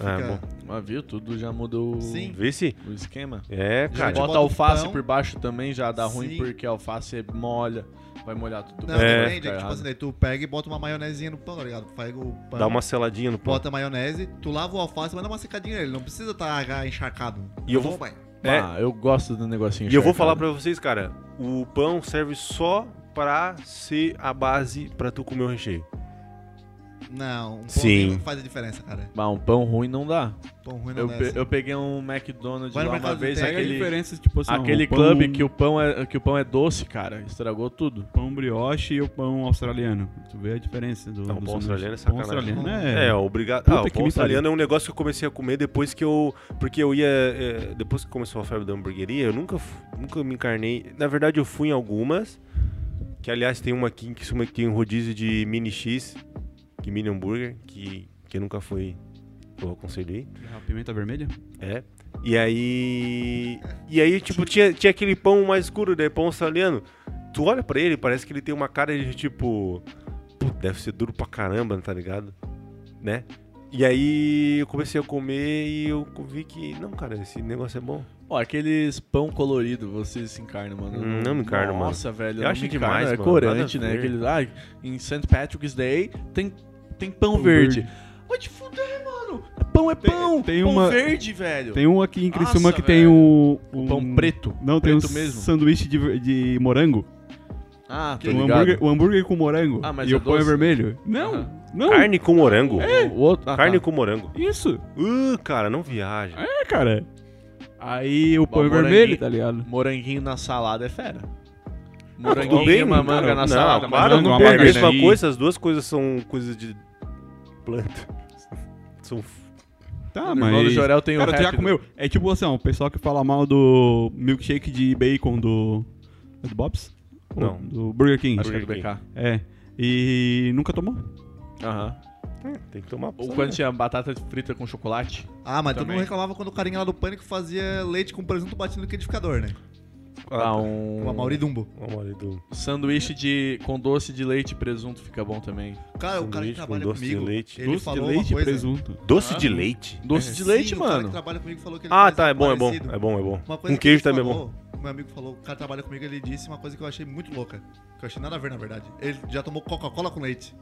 Speaker 1: Ah,
Speaker 2: Mas viu, tudo já mudou
Speaker 3: Sim.
Speaker 1: Vê se...
Speaker 2: o esquema.
Speaker 1: É,
Speaker 3: assim. Já
Speaker 1: cara.
Speaker 3: bota
Speaker 2: Bota alface
Speaker 3: pão.
Speaker 2: por baixo também, já dá ruim
Speaker 3: Sim.
Speaker 2: porque a alface molha, vai molhar tudo. Tá
Speaker 3: Não,
Speaker 2: bem,
Speaker 1: É.
Speaker 3: é,
Speaker 2: vai
Speaker 3: depende.
Speaker 2: ficar
Speaker 3: É que, tipo
Speaker 2: errado.
Speaker 3: assim, daí tu pega e bota uma maionezinha no pão, tá ligado? Pega o pão,
Speaker 1: Dá uma seladinha no pão.
Speaker 3: bota a maionese, tu lava o alface, mas dá uma secadinha nele. Não precisa estar encharcado.
Speaker 1: E eu
Speaker 3: Tá
Speaker 1: vou-
Speaker 3: bom, pai?
Speaker 1: É.
Speaker 2: Ah, eu gosto do negocinho
Speaker 1: E eu vou
Speaker 2: encharcado.
Speaker 1: falar pra vocês, cara, o pão serve só pra ser a base pra tu comer o recheio.
Speaker 3: Não, um pão
Speaker 1: Sim.
Speaker 3: ruim faz a diferença, cara.
Speaker 2: Bah, um pão ruim não dá.
Speaker 3: Pão ruim não
Speaker 2: Eu,
Speaker 1: é
Speaker 3: dá.
Speaker 2: pe-
Speaker 3: assim.
Speaker 2: eu peguei um McDonald's
Speaker 3: Vai no
Speaker 2: lá uma
Speaker 3: Mercado
Speaker 2: vez,
Speaker 3: Livre,
Speaker 4: Pega a
Speaker 2: aquele,
Speaker 4: diferença, tipo assim, ó,
Speaker 2: aquele
Speaker 1: Um
Speaker 4: o pão-
Speaker 2: clube que o, pão é, que o pão é doce, cara. Estragou tudo.
Speaker 4: pão brioche e o pão australiano. Tu vê a diferença do,
Speaker 1: Não,
Speaker 4: do
Speaker 1: pão australiano é
Speaker 4: sanduíche. Pão
Speaker 1: sacanagem.
Speaker 4: australiano
Speaker 1: É,
Speaker 4: é...
Speaker 1: obrigado.
Speaker 4: Puta
Speaker 1: Ah, o
Speaker 4: que
Speaker 1: pão
Speaker 4: me
Speaker 1: australiano é um negócio que eu comecei a comer depois que eu. Porque eu ia. é, depois que começou a febre da hamburgueria, eu nunca, fu- nunca me encarnei. Na verdade, eu fui em algumas. Que aliás tem uma aqui que uma que tem um rodízio de mini X, que mini hambúrguer, que quem nunca foi, eu aconselho aí.
Speaker 4: A pimenta vermelha?
Speaker 1: É. E aí. E aí, tipo, tinha, tinha aquele pão mais escuro, né? Pão australiano. Tu olha pra ele, parece que ele tem uma cara de tipo. "Pô, Deve ser duro pra caramba, tá ligado? Né? E aí eu comecei a comer e eu vi que. Não, cara, esse negócio é bom.
Speaker 2: Ó, aqueles pão colorido, vocês se encarnam, mano. Eu
Speaker 1: Hum, não me encarno, mano.
Speaker 2: Nossa, velho.
Speaker 1: Eu
Speaker 2: não
Speaker 1: acho
Speaker 2: me
Speaker 1: demais,
Speaker 2: encarno. É
Speaker 1: mano.
Speaker 2: corante,
Speaker 1: Nada a
Speaker 2: né?
Speaker 1: ver.
Speaker 2: Aqueles, ah, em St. Patrick's Day tem, tem pão,
Speaker 4: Pão
Speaker 2: verde. Vai te fuder, mano. Pão é
Speaker 4: Tem-
Speaker 2: pão.
Speaker 4: tem
Speaker 2: pão
Speaker 4: uma-
Speaker 2: verde, velho.
Speaker 4: Tem um aqui em Criciúma
Speaker 2: Nossa,
Speaker 4: que tem
Speaker 2: velho.
Speaker 4: o... um-
Speaker 2: Pão preto.
Speaker 4: Não, tem um
Speaker 2: preto mesmo.
Speaker 4: sanduíche de, ver- de morango.
Speaker 2: Ah, tô
Speaker 4: O
Speaker 2: ligado.
Speaker 4: hambúrguer, o hambúrguer com morango.
Speaker 2: Ah, mas
Speaker 4: e
Speaker 2: é
Speaker 4: o pão é
Speaker 2: doce?
Speaker 4: vermelho. Não,
Speaker 2: Aham.
Speaker 4: não.
Speaker 1: Carne com morango.
Speaker 2: O outro, ah,
Speaker 1: Carne
Speaker 2: tá.
Speaker 1: com morango.
Speaker 4: Isso.
Speaker 1: Uh, cara, não viaja.
Speaker 4: É, cara. Aí o pão é
Speaker 2: moranguinho.
Speaker 4: vermelho, tá ligado?
Speaker 2: Moranguinho na salada é fera.
Speaker 1: Ah, Tudo bem,
Speaker 2: Moranguinho e uma manga
Speaker 4: cara,
Speaker 2: na
Speaker 1: não,
Speaker 2: salada.
Speaker 1: claro,
Speaker 2: mas
Speaker 1: não
Speaker 4: não
Speaker 1: é a
Speaker 4: hambúrguer,
Speaker 1: mesma
Speaker 4: né?
Speaker 1: coisa, as duas coisas são coisas de planta. São f-
Speaker 4: Tá,
Speaker 1: Ah,
Speaker 2: O irmão do
Speaker 4: mas...
Speaker 2: Jorel tem um o
Speaker 4: Cara, tu já
Speaker 2: rápido.
Speaker 4: comeu? É tipo assim, ó, o pessoal que fala mal do milkshake de bacon do. É do Bob's? Ou
Speaker 1: Não.
Speaker 4: Do Burger King.
Speaker 2: Acho que é do
Speaker 1: Burger
Speaker 2: BK.
Speaker 4: É. E nunca tomou?
Speaker 1: é.
Speaker 2: Aham.
Speaker 1: Tem que tomar
Speaker 2: Ou quando tinha batata frita com chocolate.
Speaker 3: Ah, mas todo
Speaker 2: Também.
Speaker 3: mundo reclamava quando o carinha lá do pânico fazia leite com presunto batido no liquidificador, né?
Speaker 2: Ah,
Speaker 1: um.
Speaker 2: um...
Speaker 3: Com a Mauridumbo.
Speaker 2: Sanduíche de, com doce de leite e presunto fica bom também.
Speaker 3: Cara, o cara
Speaker 1: Sanduíche
Speaker 3: que
Speaker 1: com
Speaker 3: trabalha
Speaker 1: doce de
Speaker 3: comigo.
Speaker 1: leite.
Speaker 3: Ele
Speaker 4: Doce de
Speaker 3: falou
Speaker 4: leite
Speaker 3: uma
Speaker 4: e
Speaker 3: coisa.
Speaker 4: presunto.
Speaker 1: Doce
Speaker 2: Ah.
Speaker 1: de leite?
Speaker 2: Doce de
Speaker 3: É, Sim,
Speaker 2: leite,
Speaker 3: o cara
Speaker 2: mano.
Speaker 3: que trabalha comigo falou que ele
Speaker 1: Ah,
Speaker 3: faz
Speaker 1: tá, é bom, é bom.
Speaker 3: parecido.
Speaker 1: É bom, é bom. Com
Speaker 3: Uma coisa que ele
Speaker 1: queijo também é bom.
Speaker 3: falou, Meu amigo falou, o cara trabalha comigo, ele disse uma coisa que eu achei muito louca. Que eu achei nada a ver, na verdade. Ele já tomou Coca-Cola com leite.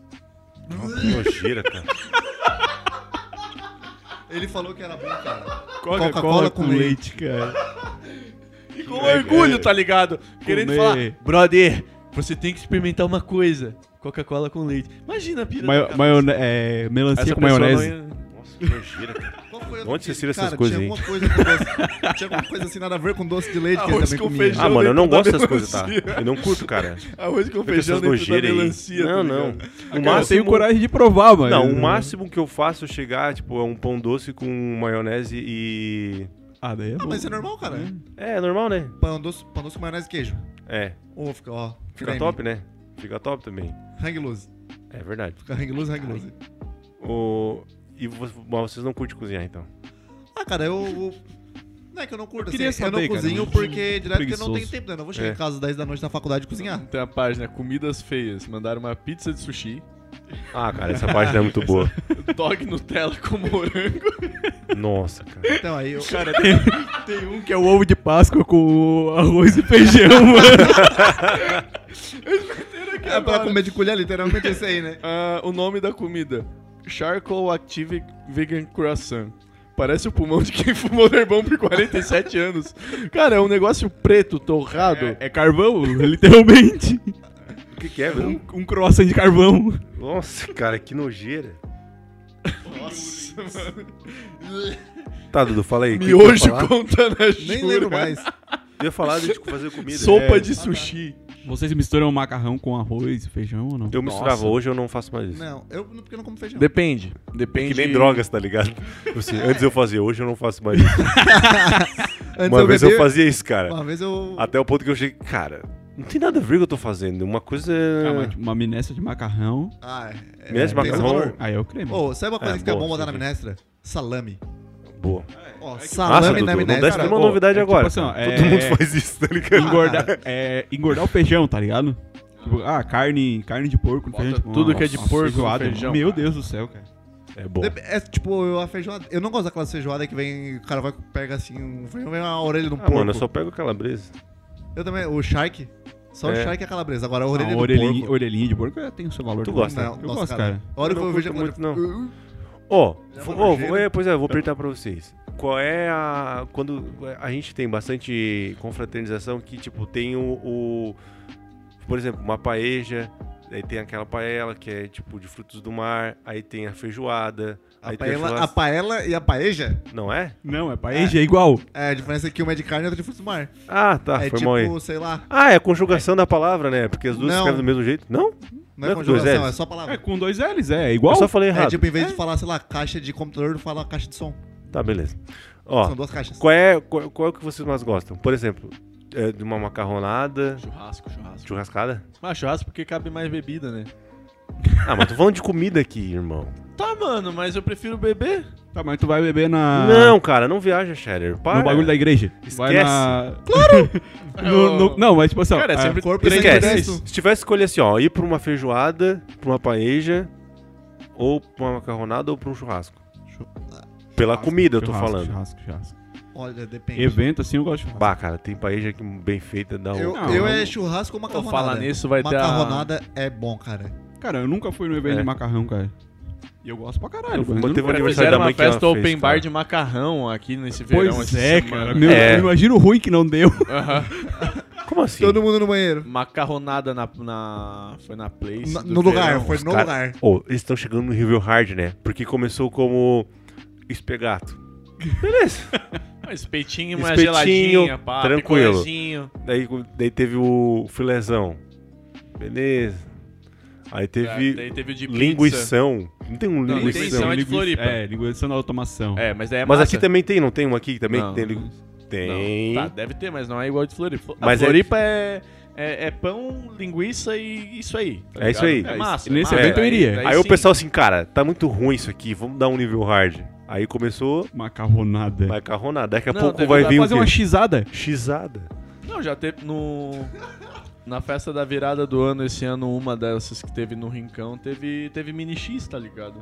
Speaker 1: Que nojeira, cara.
Speaker 3: Ele falou que era bom, cara.
Speaker 4: Coca-Cola
Speaker 3: com
Speaker 4: cara.
Speaker 2: E com orgulho, tá ligado? Querendo
Speaker 4: Comer.
Speaker 2: falar, brother, você tem que experimentar uma coisa. Coca-Cola com leite. Imagina, pira.
Speaker 4: Maio,
Speaker 2: da cabeça.
Speaker 4: maione- é, melancia
Speaker 2: Essa
Speaker 4: com
Speaker 2: pessoa
Speaker 4: maionese.
Speaker 2: não ia-
Speaker 1: é- Nossa, que nojeira, cara.
Speaker 3: Qual foi a
Speaker 1: Onde vocês
Speaker 3: que-
Speaker 1: tiram essas
Speaker 3: cara,
Speaker 1: coisas aí?
Speaker 3: tinha alguma coisa com doce. tinha alguma coisa assim, nada a ver com doce de leite que ele
Speaker 2: Arroz
Speaker 3: também
Speaker 2: com
Speaker 3: comia.
Speaker 2: feijão.
Speaker 1: Ah, mano, eu não
Speaker 2: dentro
Speaker 1: gosto
Speaker 2: da
Speaker 1: dessas coisas, tá?
Speaker 2: melancia.
Speaker 1: Eu não curto, cara.
Speaker 2: Arroz com
Speaker 1: Fica
Speaker 2: feijão
Speaker 1: essas
Speaker 2: dentro da
Speaker 1: nojeiras aí.
Speaker 2: melancia. tá
Speaker 1: Não, não. O
Speaker 2: ligado?
Speaker 4: Cara, eu tenho
Speaker 2: um-
Speaker 1: máximo...
Speaker 4: coragem de provar, mano.
Speaker 1: Não, o máximo que eu faço é chegar, tipo, é um pão doce com maionese e...
Speaker 4: Ah, daí é
Speaker 3: Ah,
Speaker 4: bom.
Speaker 3: mas isso é normal, cara.
Speaker 1: É, é normal, né?
Speaker 3: Pão doce, pão doce com maionese e queijo.
Speaker 1: É.
Speaker 3: Ô, fica, ó.
Speaker 1: Fica
Speaker 3: creme.
Speaker 1: top, né? Fica top também.
Speaker 3: Hang loose.
Speaker 1: É verdade.
Speaker 3: Fica hang loose, hang loose.
Speaker 1: O... E vo- bom, vocês não curtem cozinhar, então.
Speaker 3: Ah, cara, eu. eu- Não é que eu não curto,
Speaker 4: Eu queria
Speaker 3: assim, eu
Speaker 4: saber,
Speaker 3: não
Speaker 4: cara,
Speaker 3: cozinho
Speaker 4: eu-
Speaker 3: porque direto que eu não
Speaker 4: preguiçoso.
Speaker 3: tenho tempo, né? Eu não vou chegar
Speaker 1: um É.
Speaker 3: em casa às 10 da noite na faculdade e cozinhar.
Speaker 2: Tem a página Comidas Feias. Mandaram uma pizza de sushi,
Speaker 1: Ah, cara, essa página é muito boa.
Speaker 2: dog Nutella com morango.
Speaker 1: Nossa, cara.
Speaker 3: Então aí eu.
Speaker 2: Cara,
Speaker 4: Tem um que é o ovo de Páscoa com arroz e feijão, mano.
Speaker 3: É pra comer de colher, literalmente isso aí, né?
Speaker 2: Ah, o nome da comida: Charcoal Active Vegan Croissant. Parece o pulmão de quem fumou Nerbão por 47 anos. Cara, é um negócio preto, torrado.
Speaker 4: É carvão, literalmente.
Speaker 1: O que, que é, velho?
Speaker 4: Um, um croissant de carvão.
Speaker 1: Nossa, cara, que nojeira.
Speaker 2: Nossa, mano.
Speaker 1: Tá, Dudu, fala aí. o que que eu ia
Speaker 2: Miojo
Speaker 1: falar?
Speaker 2: contando a jura.
Speaker 3: Nem lembro mais.
Speaker 1: Eu ia falar de tipo, fazer comida.
Speaker 2: Sopa
Speaker 1: É,
Speaker 2: de sushi.
Speaker 4: Vocês misturam macarrão com arroz e feijão ou não?
Speaker 1: Eu misturava,
Speaker 2: Nossa.
Speaker 1: hoje eu não faço mais isso.
Speaker 3: Não, eu não- porque eu não como feijão.
Speaker 2: Depende. Depende.
Speaker 1: Que nem drogas, tá ligado? Tipo assim, antes eu fazia, hoje eu não faço mais isso.
Speaker 3: Antes
Speaker 1: Uma vez eu
Speaker 3: bebia-
Speaker 1: fazia isso, cara.
Speaker 3: Uma vez eu.
Speaker 1: Até o ponto que eu cheguei, cara, não tem nada a ver o que eu tô fazendo. Uma coisa. é
Speaker 4: Ah, mas uma minestra de macarrão.
Speaker 3: Ah, é. é,
Speaker 1: Minha de
Speaker 3: tem seu
Speaker 1: macarrão-
Speaker 3: valor.
Speaker 4: Aí é o creme.
Speaker 3: Ô, sabe uma coisa
Speaker 1: É,
Speaker 3: que é
Speaker 1: boa,
Speaker 3: bom botar na
Speaker 1: sim.
Speaker 3: minestra? Salame.
Speaker 4: tipo,
Speaker 1: boa.
Speaker 3: Ó,
Speaker 4: é
Speaker 1: Nossa,
Speaker 3: salame
Speaker 1: Dudu,
Speaker 3: na
Speaker 1: não desce
Speaker 3: minestra.
Speaker 1: nenhuma
Speaker 4: Ô,
Speaker 1: novidade
Speaker 4: é tipo
Speaker 1: agora.
Speaker 4: assim, ó,
Speaker 1: cara.
Speaker 4: é-
Speaker 1: Todo mundo faz isso, tá ligado?
Speaker 4: Engordar, Ah, é, engordar o feijão, tá ligado? Tipo, ah, carne, carne de porco no
Speaker 2: Bota
Speaker 4: feijão. tipo,
Speaker 2: tudo
Speaker 4: uma-
Speaker 2: que é de
Speaker 4: uma
Speaker 2: porco no
Speaker 4: feijoada.
Speaker 2: feijão,
Speaker 4: Meu
Speaker 2: cara.
Speaker 4: Deus do céu, cara.
Speaker 1: É bom.
Speaker 3: Dep- É tipo, eu, a feijoada. Eu não gosto daquela feijoada que vem. O cara vai pega assim, um feijão, vem uma orelha no
Speaker 1: Ah,
Speaker 3: porco.
Speaker 1: mano, eu só pego calabresa.
Speaker 3: Eu também, o Shark. Só
Speaker 1: É.
Speaker 3: o Shark é calabresa. Agora a
Speaker 4: Ah,
Speaker 3: orelha do
Speaker 4: orelhinha,
Speaker 3: porco.
Speaker 4: orelhinha de porco é, tem o seu valor.
Speaker 1: Tu
Speaker 4: também.
Speaker 1: gosta?
Speaker 4: Eu gosto, cara.
Speaker 3: A hora
Speaker 1: Eu
Speaker 3: que
Speaker 1: não
Speaker 3: eu
Speaker 1: curto
Speaker 3: vejo
Speaker 1: muito, não.
Speaker 3: Uh, uh.
Speaker 1: Ó,
Speaker 3: É
Speaker 1: fu-
Speaker 3: uma
Speaker 1: ó,
Speaker 3: nojeira.
Speaker 1: é, pois é, vou perguntar pra vocês. Qual é a. Quando a gente tem bastante confraternização que, tipo, tem o. o- por exemplo, uma paeja, aí tem aquela paella que é tipo de frutos do mar, aí tem a feijoada,
Speaker 3: A
Speaker 1: aí tem
Speaker 3: paella, a
Speaker 1: churras-
Speaker 3: paella e a paeja,
Speaker 1: Não é?
Speaker 4: Não, é paeja, é igual.
Speaker 3: é, a diferença é que uma é de carne e outra de frutos do mar.
Speaker 1: Ah, tá,
Speaker 3: é
Speaker 1: foi
Speaker 3: tipo,
Speaker 1: mal aí.
Speaker 3: sei lá,
Speaker 1: Ah, é a conjugação da palavra, né? Porque as duas
Speaker 3: Não.
Speaker 1: escrevem do mesmo jeito. Não?
Speaker 3: não
Speaker 1: Não
Speaker 3: é
Speaker 1: é com dois
Speaker 3: conjugação, é
Speaker 1: Ls?
Speaker 3: só
Speaker 4: É
Speaker 3: palavra.
Speaker 4: com dois L's, é, é igual.
Speaker 1: Eu só falei
Speaker 3: É,
Speaker 1: errado.
Speaker 3: tipo, em vez de falar, sei lá, caixa de computador, fala caixa de som.
Speaker 1: Tá, beleza. Ó,
Speaker 3: São duas caixas.
Speaker 1: Qual é, qual, qual é o que vocês mais gostam? Por exemplo, é, de uma macarronada,
Speaker 2: Churrasco, churrasco.
Speaker 1: churrascada?
Speaker 2: Mas Ah, churrasco porque cabe mais bebida, né?
Speaker 1: Ah, mas tô falando de comida aqui, irmão.
Speaker 2: Tá, mano, mas eu prefiro beber.
Speaker 4: Tá, mas tu vai beber na.
Speaker 1: Não, cara, não viaja, Shatter. Para.
Speaker 4: No bagulho da igreja. Vai
Speaker 1: Esquece.
Speaker 4: na. É, Claro! não, mas tipo assim, ó,
Speaker 2: Cara, é
Speaker 4: a-
Speaker 2: sempre
Speaker 3: corpo
Speaker 2: três
Speaker 3: sem
Speaker 2: vezes.
Speaker 3: crédito.
Speaker 1: Se tivesse que escolher assim, ó, ir pra uma feijoada, pra uma paeja, ou pra uma macarronada, ou pra um churrasco.
Speaker 3: Chu-
Speaker 1: Pela comida, eu tô
Speaker 4: churrasco,
Speaker 1: falando.
Speaker 4: Churrasco, churrasco.
Speaker 3: Olha, depende.
Speaker 4: Evento assim eu gosto de churrasco.
Speaker 1: Bah, cara, tem paeja que bem feita dá um...
Speaker 3: Eu,
Speaker 4: Não,
Speaker 3: eu
Speaker 4: eu-
Speaker 3: é churrasco ou macarronada.
Speaker 2: falar nisso, vai ter a-
Speaker 3: Macarronada é bom, cara.
Speaker 4: Cara, eu nunca fui no evento
Speaker 1: É.
Speaker 4: de macarrão, cara. E eu gosto pra caralho.
Speaker 1: Eu
Speaker 4: mas
Speaker 1: botei
Speaker 4: nunca-
Speaker 1: o aniversário
Speaker 2: Fizeram
Speaker 1: da
Speaker 2: uma
Speaker 1: mãe que ela
Speaker 2: festa open
Speaker 1: fez,
Speaker 2: bar
Speaker 1: cara.
Speaker 2: de macarrão aqui nesse um verão.
Speaker 4: Pois
Speaker 2: essa
Speaker 4: é,
Speaker 2: semana.
Speaker 4: cara. Meu,
Speaker 1: É.
Speaker 4: Eu imagino o ruim que não deu.
Speaker 2: Aham.
Speaker 1: Como assim?
Speaker 3: Todo mundo no banheiro.
Speaker 2: Macarronada na, na. Foi na Place.
Speaker 3: Na-
Speaker 2: do
Speaker 3: no lugar,
Speaker 2: verão.
Speaker 3: foi no
Speaker 1: Cara,
Speaker 3: lugar.
Speaker 1: Ô, eles estão chegando no nível hard, né? Porque começou como espegato. Beleza.
Speaker 2: Um espetinho, uma
Speaker 1: Espetinho,
Speaker 2: geladinha, pá.
Speaker 1: tranquilo.
Speaker 2: picolézinho.
Speaker 1: Daí, daí teve o filezão. Beleza. Aí
Speaker 2: Daí-
Speaker 4: Tá,
Speaker 1: teve,
Speaker 2: Ah, daí teve o de pizza.
Speaker 1: linguição. Não tem um
Speaker 2: Não,
Speaker 1: linguição.
Speaker 2: linguição é de
Speaker 4: Linguiça-
Speaker 2: Floripa.
Speaker 4: É, linguição da automação.
Speaker 2: É, mas daí é
Speaker 1: Mas
Speaker 2: massa.
Speaker 1: aqui também tem, não tem um aqui que também?
Speaker 2: Não.
Speaker 1: Tem. lingu- tem.
Speaker 2: Não, tá, deve ter, mas não é igual de Floripa. A
Speaker 1: Mas é-
Speaker 2: Floripa é... É, é pão, linguiça e isso aí. tá
Speaker 1: É isso
Speaker 2: ligado?
Speaker 1: aí.
Speaker 2: É massa.
Speaker 4: E nesse
Speaker 2: é massa.
Speaker 4: evento eu iria.
Speaker 1: Aí, o
Speaker 2: sim.
Speaker 1: pessoal assim, cara, tá muito ruim isso aqui, vamos dar um nível hard. Aí começou
Speaker 4: Macarronada.
Speaker 1: macarronada. Daqui a
Speaker 2: Não,
Speaker 1: pouco
Speaker 2: teve-
Speaker 1: vai
Speaker 4: Vai
Speaker 1: vir o
Speaker 4: fazer uma
Speaker 1: quê?
Speaker 4: xizada.
Speaker 2: É,
Speaker 1: Xizada.
Speaker 2: Não, já teve no... Na festa da virada do ano, esse ano, uma dessas que teve no Rincão, teve, teve mini X, tá ligado?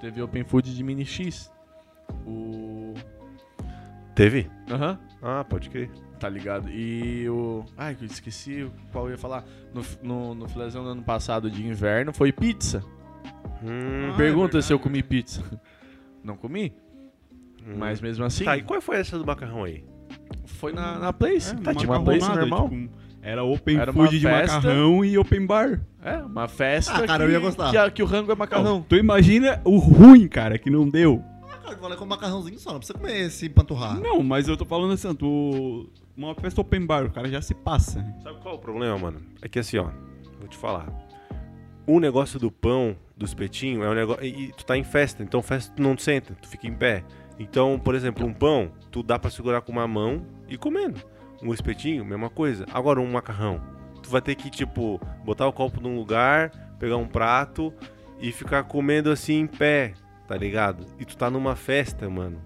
Speaker 2: Teve open food de mini X. O...
Speaker 1: Teve?
Speaker 2: Aham.
Speaker 1: Ah, pode crer.
Speaker 2: Tá ligado? E o. Ai, que eu esqueci o qual eu ia falar. No, no, no filézão do ano passado de inverno foi pizza. Ah,
Speaker 1: Hum,
Speaker 2: Pergunta se eu comi pizza. Não comi,
Speaker 3: Hum.
Speaker 2: mas mesmo assim.
Speaker 1: Tá, e qual foi essa do macarrão aí?
Speaker 2: Foi na, na Place.
Speaker 4: Tá,
Speaker 2: tá
Speaker 4: tipo,
Speaker 2: tipo uma Place
Speaker 4: macarronada,
Speaker 2: normal.
Speaker 4: tipo, era open
Speaker 2: Era uma
Speaker 4: food de
Speaker 2: festa.
Speaker 4: macarrão e open bar.
Speaker 2: É, uma festa.
Speaker 3: Ah, cara,
Speaker 2: que,
Speaker 3: eu ia gostar.
Speaker 2: Que, a- que o rango é macarrão.
Speaker 4: Então, Tu imagina o ruim, cara, que não deu.
Speaker 3: Cara, eu falei com macarrãozinho só, não precisa comer esse
Speaker 1: Ah.
Speaker 3: empanturrar.
Speaker 4: Não, mas eu tô falando assim, tu... Uma festa open bar, o cara já se passa.
Speaker 1: Sabe qual é o problema, mano? É que assim, ó, vou te falar. O negócio do pão, do espetinho, é um negócio. E, e tu tá em festa, então festa tu não senta, tu fica em pé. Então, por exemplo, um pão, tu dá pra segurar com uma mão e comendo. Um espetinho, mesma coisa. Agora, um macarrão. Tu vai ter que, tipo, botar o copo num lugar, pegar um prato e ficar comendo assim em pé, tá ligado? E tu tá numa festa, mano.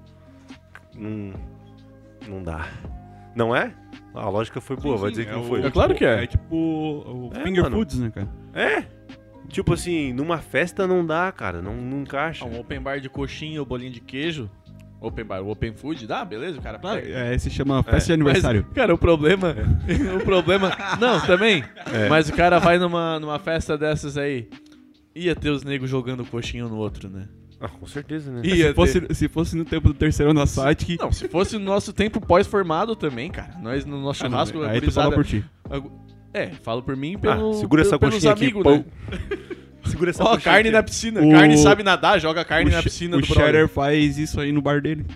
Speaker 1: Não, não dá. Não é? A lógica foi boa, vai dizer que não foi.
Speaker 2: É claro que é.
Speaker 4: É tipo o
Speaker 1: É,
Speaker 4: finger
Speaker 1: mano.
Speaker 4: foods, né, cara?
Speaker 1: É? Tipo assim, numa festa não dá, cara. Não, não encaixa.
Speaker 2: Ah, um open bar de coxinha ou bolinho de queijo. Open bar, open food, dá, beleza, o cara.
Speaker 4: Claro,
Speaker 2: pega.
Speaker 4: é, se chama festa de
Speaker 2: Mas,
Speaker 4: aniversário.
Speaker 2: cara, o problema. o problema. Não, também.
Speaker 1: É.
Speaker 2: Mas o cara vai numa, numa festa dessas aí. Ia ter os negros jogando coxinha um no outro, né?
Speaker 1: Ah, com certeza, né?
Speaker 2: Ia
Speaker 4: Se
Speaker 2: ter.
Speaker 4: fosse, se fosse no tempo do terceiro na site que.
Speaker 2: Não, se fosse no nosso tempo pós-formado também, cara. Nós no nosso
Speaker 4: Ah, não,
Speaker 2: churrasco,
Speaker 4: aí tu fala
Speaker 2: gurizada-
Speaker 4: por ti.
Speaker 2: É, falo por mim e pelo,
Speaker 1: ah, segura essa
Speaker 2: pelo-
Speaker 1: coxinha
Speaker 2: pelos amigos,
Speaker 1: aqui.
Speaker 2: né?
Speaker 1: pão. Segura essa
Speaker 2: Ó,
Speaker 1: coxinha
Speaker 2: carne
Speaker 1: aqui.
Speaker 2: na piscina.
Speaker 4: O-
Speaker 2: Carne sabe nadar, joga carne
Speaker 4: o
Speaker 2: na
Speaker 4: Sh-
Speaker 2: piscina
Speaker 4: O
Speaker 2: do brother.
Speaker 4: Shatter faz isso aí no bar dele.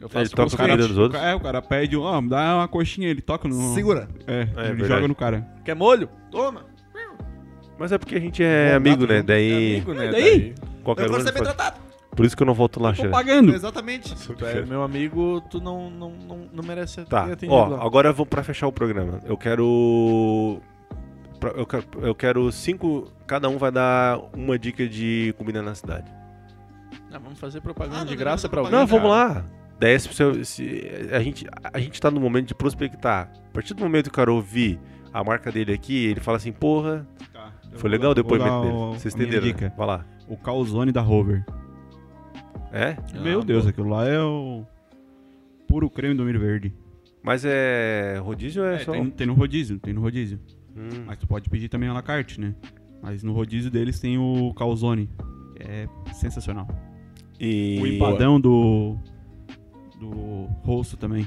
Speaker 2: Eu assim, faço
Speaker 1: Ele
Speaker 2: com
Speaker 1: toca
Speaker 2: os
Speaker 1: a
Speaker 2: caras.
Speaker 1: comida dos outros.
Speaker 4: É, o cara pede, ó, me dá uma coxinha, ele toca no.
Speaker 3: Segura.
Speaker 4: É, ele
Speaker 1: verdade.
Speaker 4: joga no cara.
Speaker 2: Quer molho? Toma.
Speaker 1: Mas é porque a gente é amigo, né? Daí
Speaker 2: Amigo, né?
Speaker 4: E daí?
Speaker 1: qualquer
Speaker 3: Eu quero
Speaker 1: coisa.
Speaker 3: ser bem tratado.
Speaker 1: Por isso que eu não volto lá,
Speaker 4: Tô
Speaker 1: chefe.
Speaker 4: pagando.
Speaker 3: Exatamente.
Speaker 2: Tu é meu amigo, tu não, não, não, não merece ser
Speaker 1: Tá,
Speaker 2: atendido
Speaker 1: ó,
Speaker 2: lá.
Speaker 1: agora vamos pra fechar o programa. Eu quero. pra- Eu quero, eu quero cinco. Cada um vai dar uma dica de comida na cidade.
Speaker 2: Ah, vamos fazer propaganda
Speaker 3: Ah, não,
Speaker 2: de
Speaker 3: não,
Speaker 2: graça
Speaker 3: não,
Speaker 2: pra
Speaker 3: não,
Speaker 2: alguém.
Speaker 1: Não, vamos
Speaker 2: cara.
Speaker 1: lá. 10 pro seu- se- a, gente, a gente tá no momento de prospectar. A partir do momento que o cara ouvir a marca dele aqui, ele fala assim: porra, foi legal o depoimento dele. Vocês entenderam? né?
Speaker 4: Dica.
Speaker 1: Vai lá.
Speaker 4: O calzone da Rover.
Speaker 1: É?
Speaker 2: Ah,
Speaker 4: Meu Deus, aquilo lá é o. Puro creme do milho verde.
Speaker 1: Mas é. Rodízio ou é,
Speaker 4: É,
Speaker 1: só.
Speaker 4: tem, um tem no rodízio, tem no rodízio.
Speaker 1: Hum.
Speaker 4: Mas tu pode pedir também a la carte, né? Mas no rodízio deles tem o calzone. que É sensacional.
Speaker 1: E.
Speaker 4: O empadão do. Do rosto também.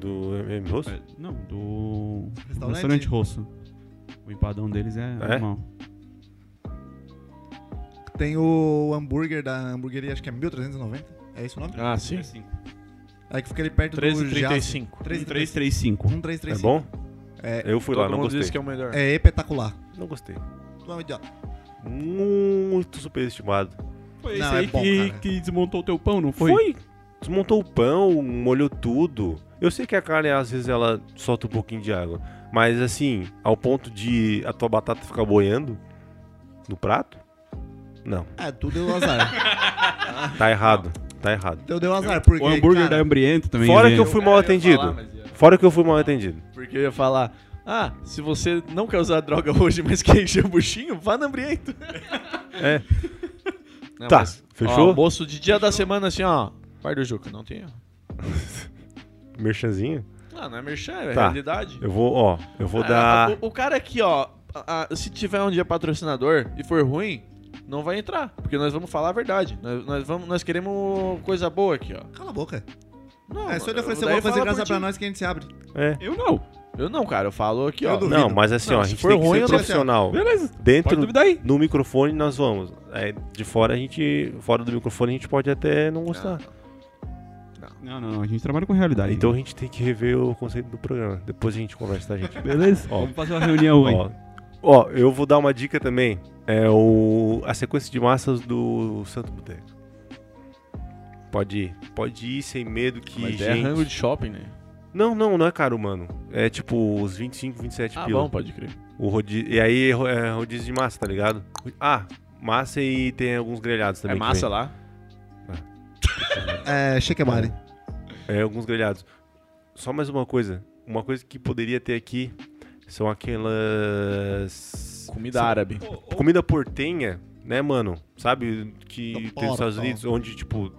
Speaker 1: Do MM Rosso?
Speaker 4: É, Não, do.
Speaker 3: Restaurante?
Speaker 4: Restaurante rosto. O empadão deles é normal.
Speaker 3: Tem o hambúrguer da hamburgueria, acho que é 1390. É esse o nome?
Speaker 2: Ah, sim.
Speaker 3: Aí que fica ali perto do
Speaker 2: 13,35.
Speaker 3: Giasse. 1335.
Speaker 4: 335.
Speaker 3: 1335.
Speaker 1: É bom?
Speaker 3: É,
Speaker 1: Eu fui lá,
Speaker 2: Todo
Speaker 1: não
Speaker 2: mundo
Speaker 1: gostei.
Speaker 2: diz que é o melhor.
Speaker 3: é espetacular.
Speaker 1: Não gostei.
Speaker 3: Tu é um idiota.
Speaker 1: Muito superestimado.
Speaker 4: Foi
Speaker 3: Não,
Speaker 4: esse
Speaker 3: é
Speaker 4: aí
Speaker 3: bom,
Speaker 4: que,
Speaker 3: cara.
Speaker 4: que desmontou o teu pão, não foi?
Speaker 1: Foi. Desmontou o pão, molhou tudo. Eu sei que a carne, às vezes, ela solta um pouquinho de água. Mas, assim, ao ponto de a tua batata ficar boiando no prato? Não.
Speaker 3: É, tu deu azar.
Speaker 1: Tá errado. Tá errado.
Speaker 3: tu deu azar, porque.
Speaker 4: O hambúrguer
Speaker 3: cara,
Speaker 4: da Ambriento também. né?
Speaker 1: Fora
Speaker 4: ele-
Speaker 1: que eu fui mal atendido. Fora que eu fui mal atendido.
Speaker 2: é, Porque eu ia falar, ah, se você não quer usar droga hoje, mas quer encher o buchinho, vá na Ambriento.
Speaker 1: É.
Speaker 2: Não,
Speaker 1: Tá,
Speaker 2: mas, Ó,
Speaker 1: fechou?
Speaker 2: almoço de dia da semana, assim, ó. Pai do Juca, não tem erro.
Speaker 1: Merchanzinho?
Speaker 2: Ah, não é merchan, é
Speaker 1: Tá.
Speaker 2: realidade.
Speaker 1: Eu vou, ó, eu vou
Speaker 2: Ah,
Speaker 1: dar...
Speaker 2: O, o cara aqui, ó, a- a- se tiver um dia patrocinador e for ruim, não vai entrar. Porque nós vamos falar a verdade. Nós, nós vamos, nós queremos coisa boa aqui, ó.
Speaker 3: Cala a boca.
Speaker 2: Não,
Speaker 3: é só ele
Speaker 2: eu-
Speaker 3: oferecer
Speaker 2: daí
Speaker 3: alguma coisa de
Speaker 2: fala
Speaker 3: graça
Speaker 2: por ti.
Speaker 3: pra nós que a gente se abre.
Speaker 1: É.
Speaker 4: Eu não.
Speaker 2: Eu não, cara, eu falo aqui,
Speaker 3: Eu
Speaker 2: ó.
Speaker 3: duvido.
Speaker 1: Não, mas assim,
Speaker 2: Não,
Speaker 1: ó, a
Speaker 2: se
Speaker 1: gente
Speaker 2: for
Speaker 1: tem que
Speaker 2: ruim, eu
Speaker 1: ser
Speaker 2: não-
Speaker 1: profissional.
Speaker 4: Beleza. Pode
Speaker 1: Dentro,
Speaker 4: duvidar aí.
Speaker 1: no microfone nós vamos. É, de fora a gente, fora do microfone a gente pode até não gostar.
Speaker 2: Ah,
Speaker 4: Não, não, não. A gente trabalha com
Speaker 2: tá.
Speaker 4: realidade.
Speaker 1: Então a gente tem que rever o conceito do programa. Depois a gente conversa, tá, gente?
Speaker 4: Beleza?
Speaker 1: Ó.
Speaker 4: Vamos fazer uma reunião aí.
Speaker 1: Ó, ó, eu vou dar uma dica também. É o, a sequência de massas do Santo Boteco. Pode ir. Pode ir sem medo que.
Speaker 2: Mas é
Speaker 1: gente...
Speaker 2: rango de shopping, né?
Speaker 1: Não, não, não é caro, mano. É tipo os 25, 27
Speaker 2: Ah,
Speaker 1: pila.
Speaker 2: bom, pode crer.
Speaker 1: O rodi... E aí ro- é rodízio de massa, tá ligado? Ah, massa e tem alguns grelhados também.
Speaker 2: é
Speaker 1: que
Speaker 2: massa lá.
Speaker 3: É, Shekebari.
Speaker 1: É, alguns grelhados. Só mais uma coisa. Uma coisa que poderia ter aqui são aquelas.
Speaker 2: Comida
Speaker 1: são-
Speaker 2: árabe.
Speaker 1: Comida portenha, né, mano? Sabe? Que
Speaker 3: Do
Speaker 1: tem
Speaker 3: Porto.
Speaker 1: nos Estados Unidos, onde, tipo.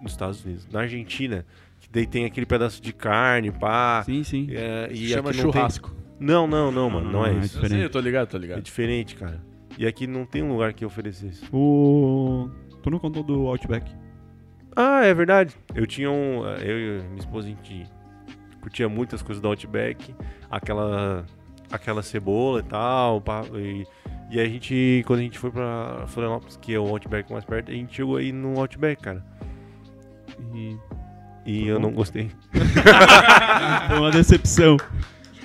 Speaker 1: Nos Estados Unidos, na Argentina, que daí tem aquele pedaço de carne, pá.
Speaker 4: Sim, sim.
Speaker 1: é, e
Speaker 2: Chama
Speaker 1: aqui não tem-
Speaker 2: churrasco.
Speaker 1: Não, não, não, mano. Não é
Speaker 4: não, é
Speaker 1: isso.
Speaker 2: Eu sei,
Speaker 4: Diferente.
Speaker 2: eu tô ligado, tô
Speaker 1: É
Speaker 2: ligado.
Speaker 1: diferente, cara. E aqui não tem um lugar que ofereça isso.
Speaker 4: O. Tu não contou do Outback?
Speaker 1: Ah, é verdade. Eu tinha um. Eu e minha esposa, a gente curtia muitas coisas do Outback, aquela. aquela cebola e tal. pá, E, e a gente, quando a gente foi pra Florianópolis, que é o Outback mais perto, a gente chegou aí no Outback, cara.
Speaker 4: E...
Speaker 1: E eu não gostei.
Speaker 4: Foi uma decepção.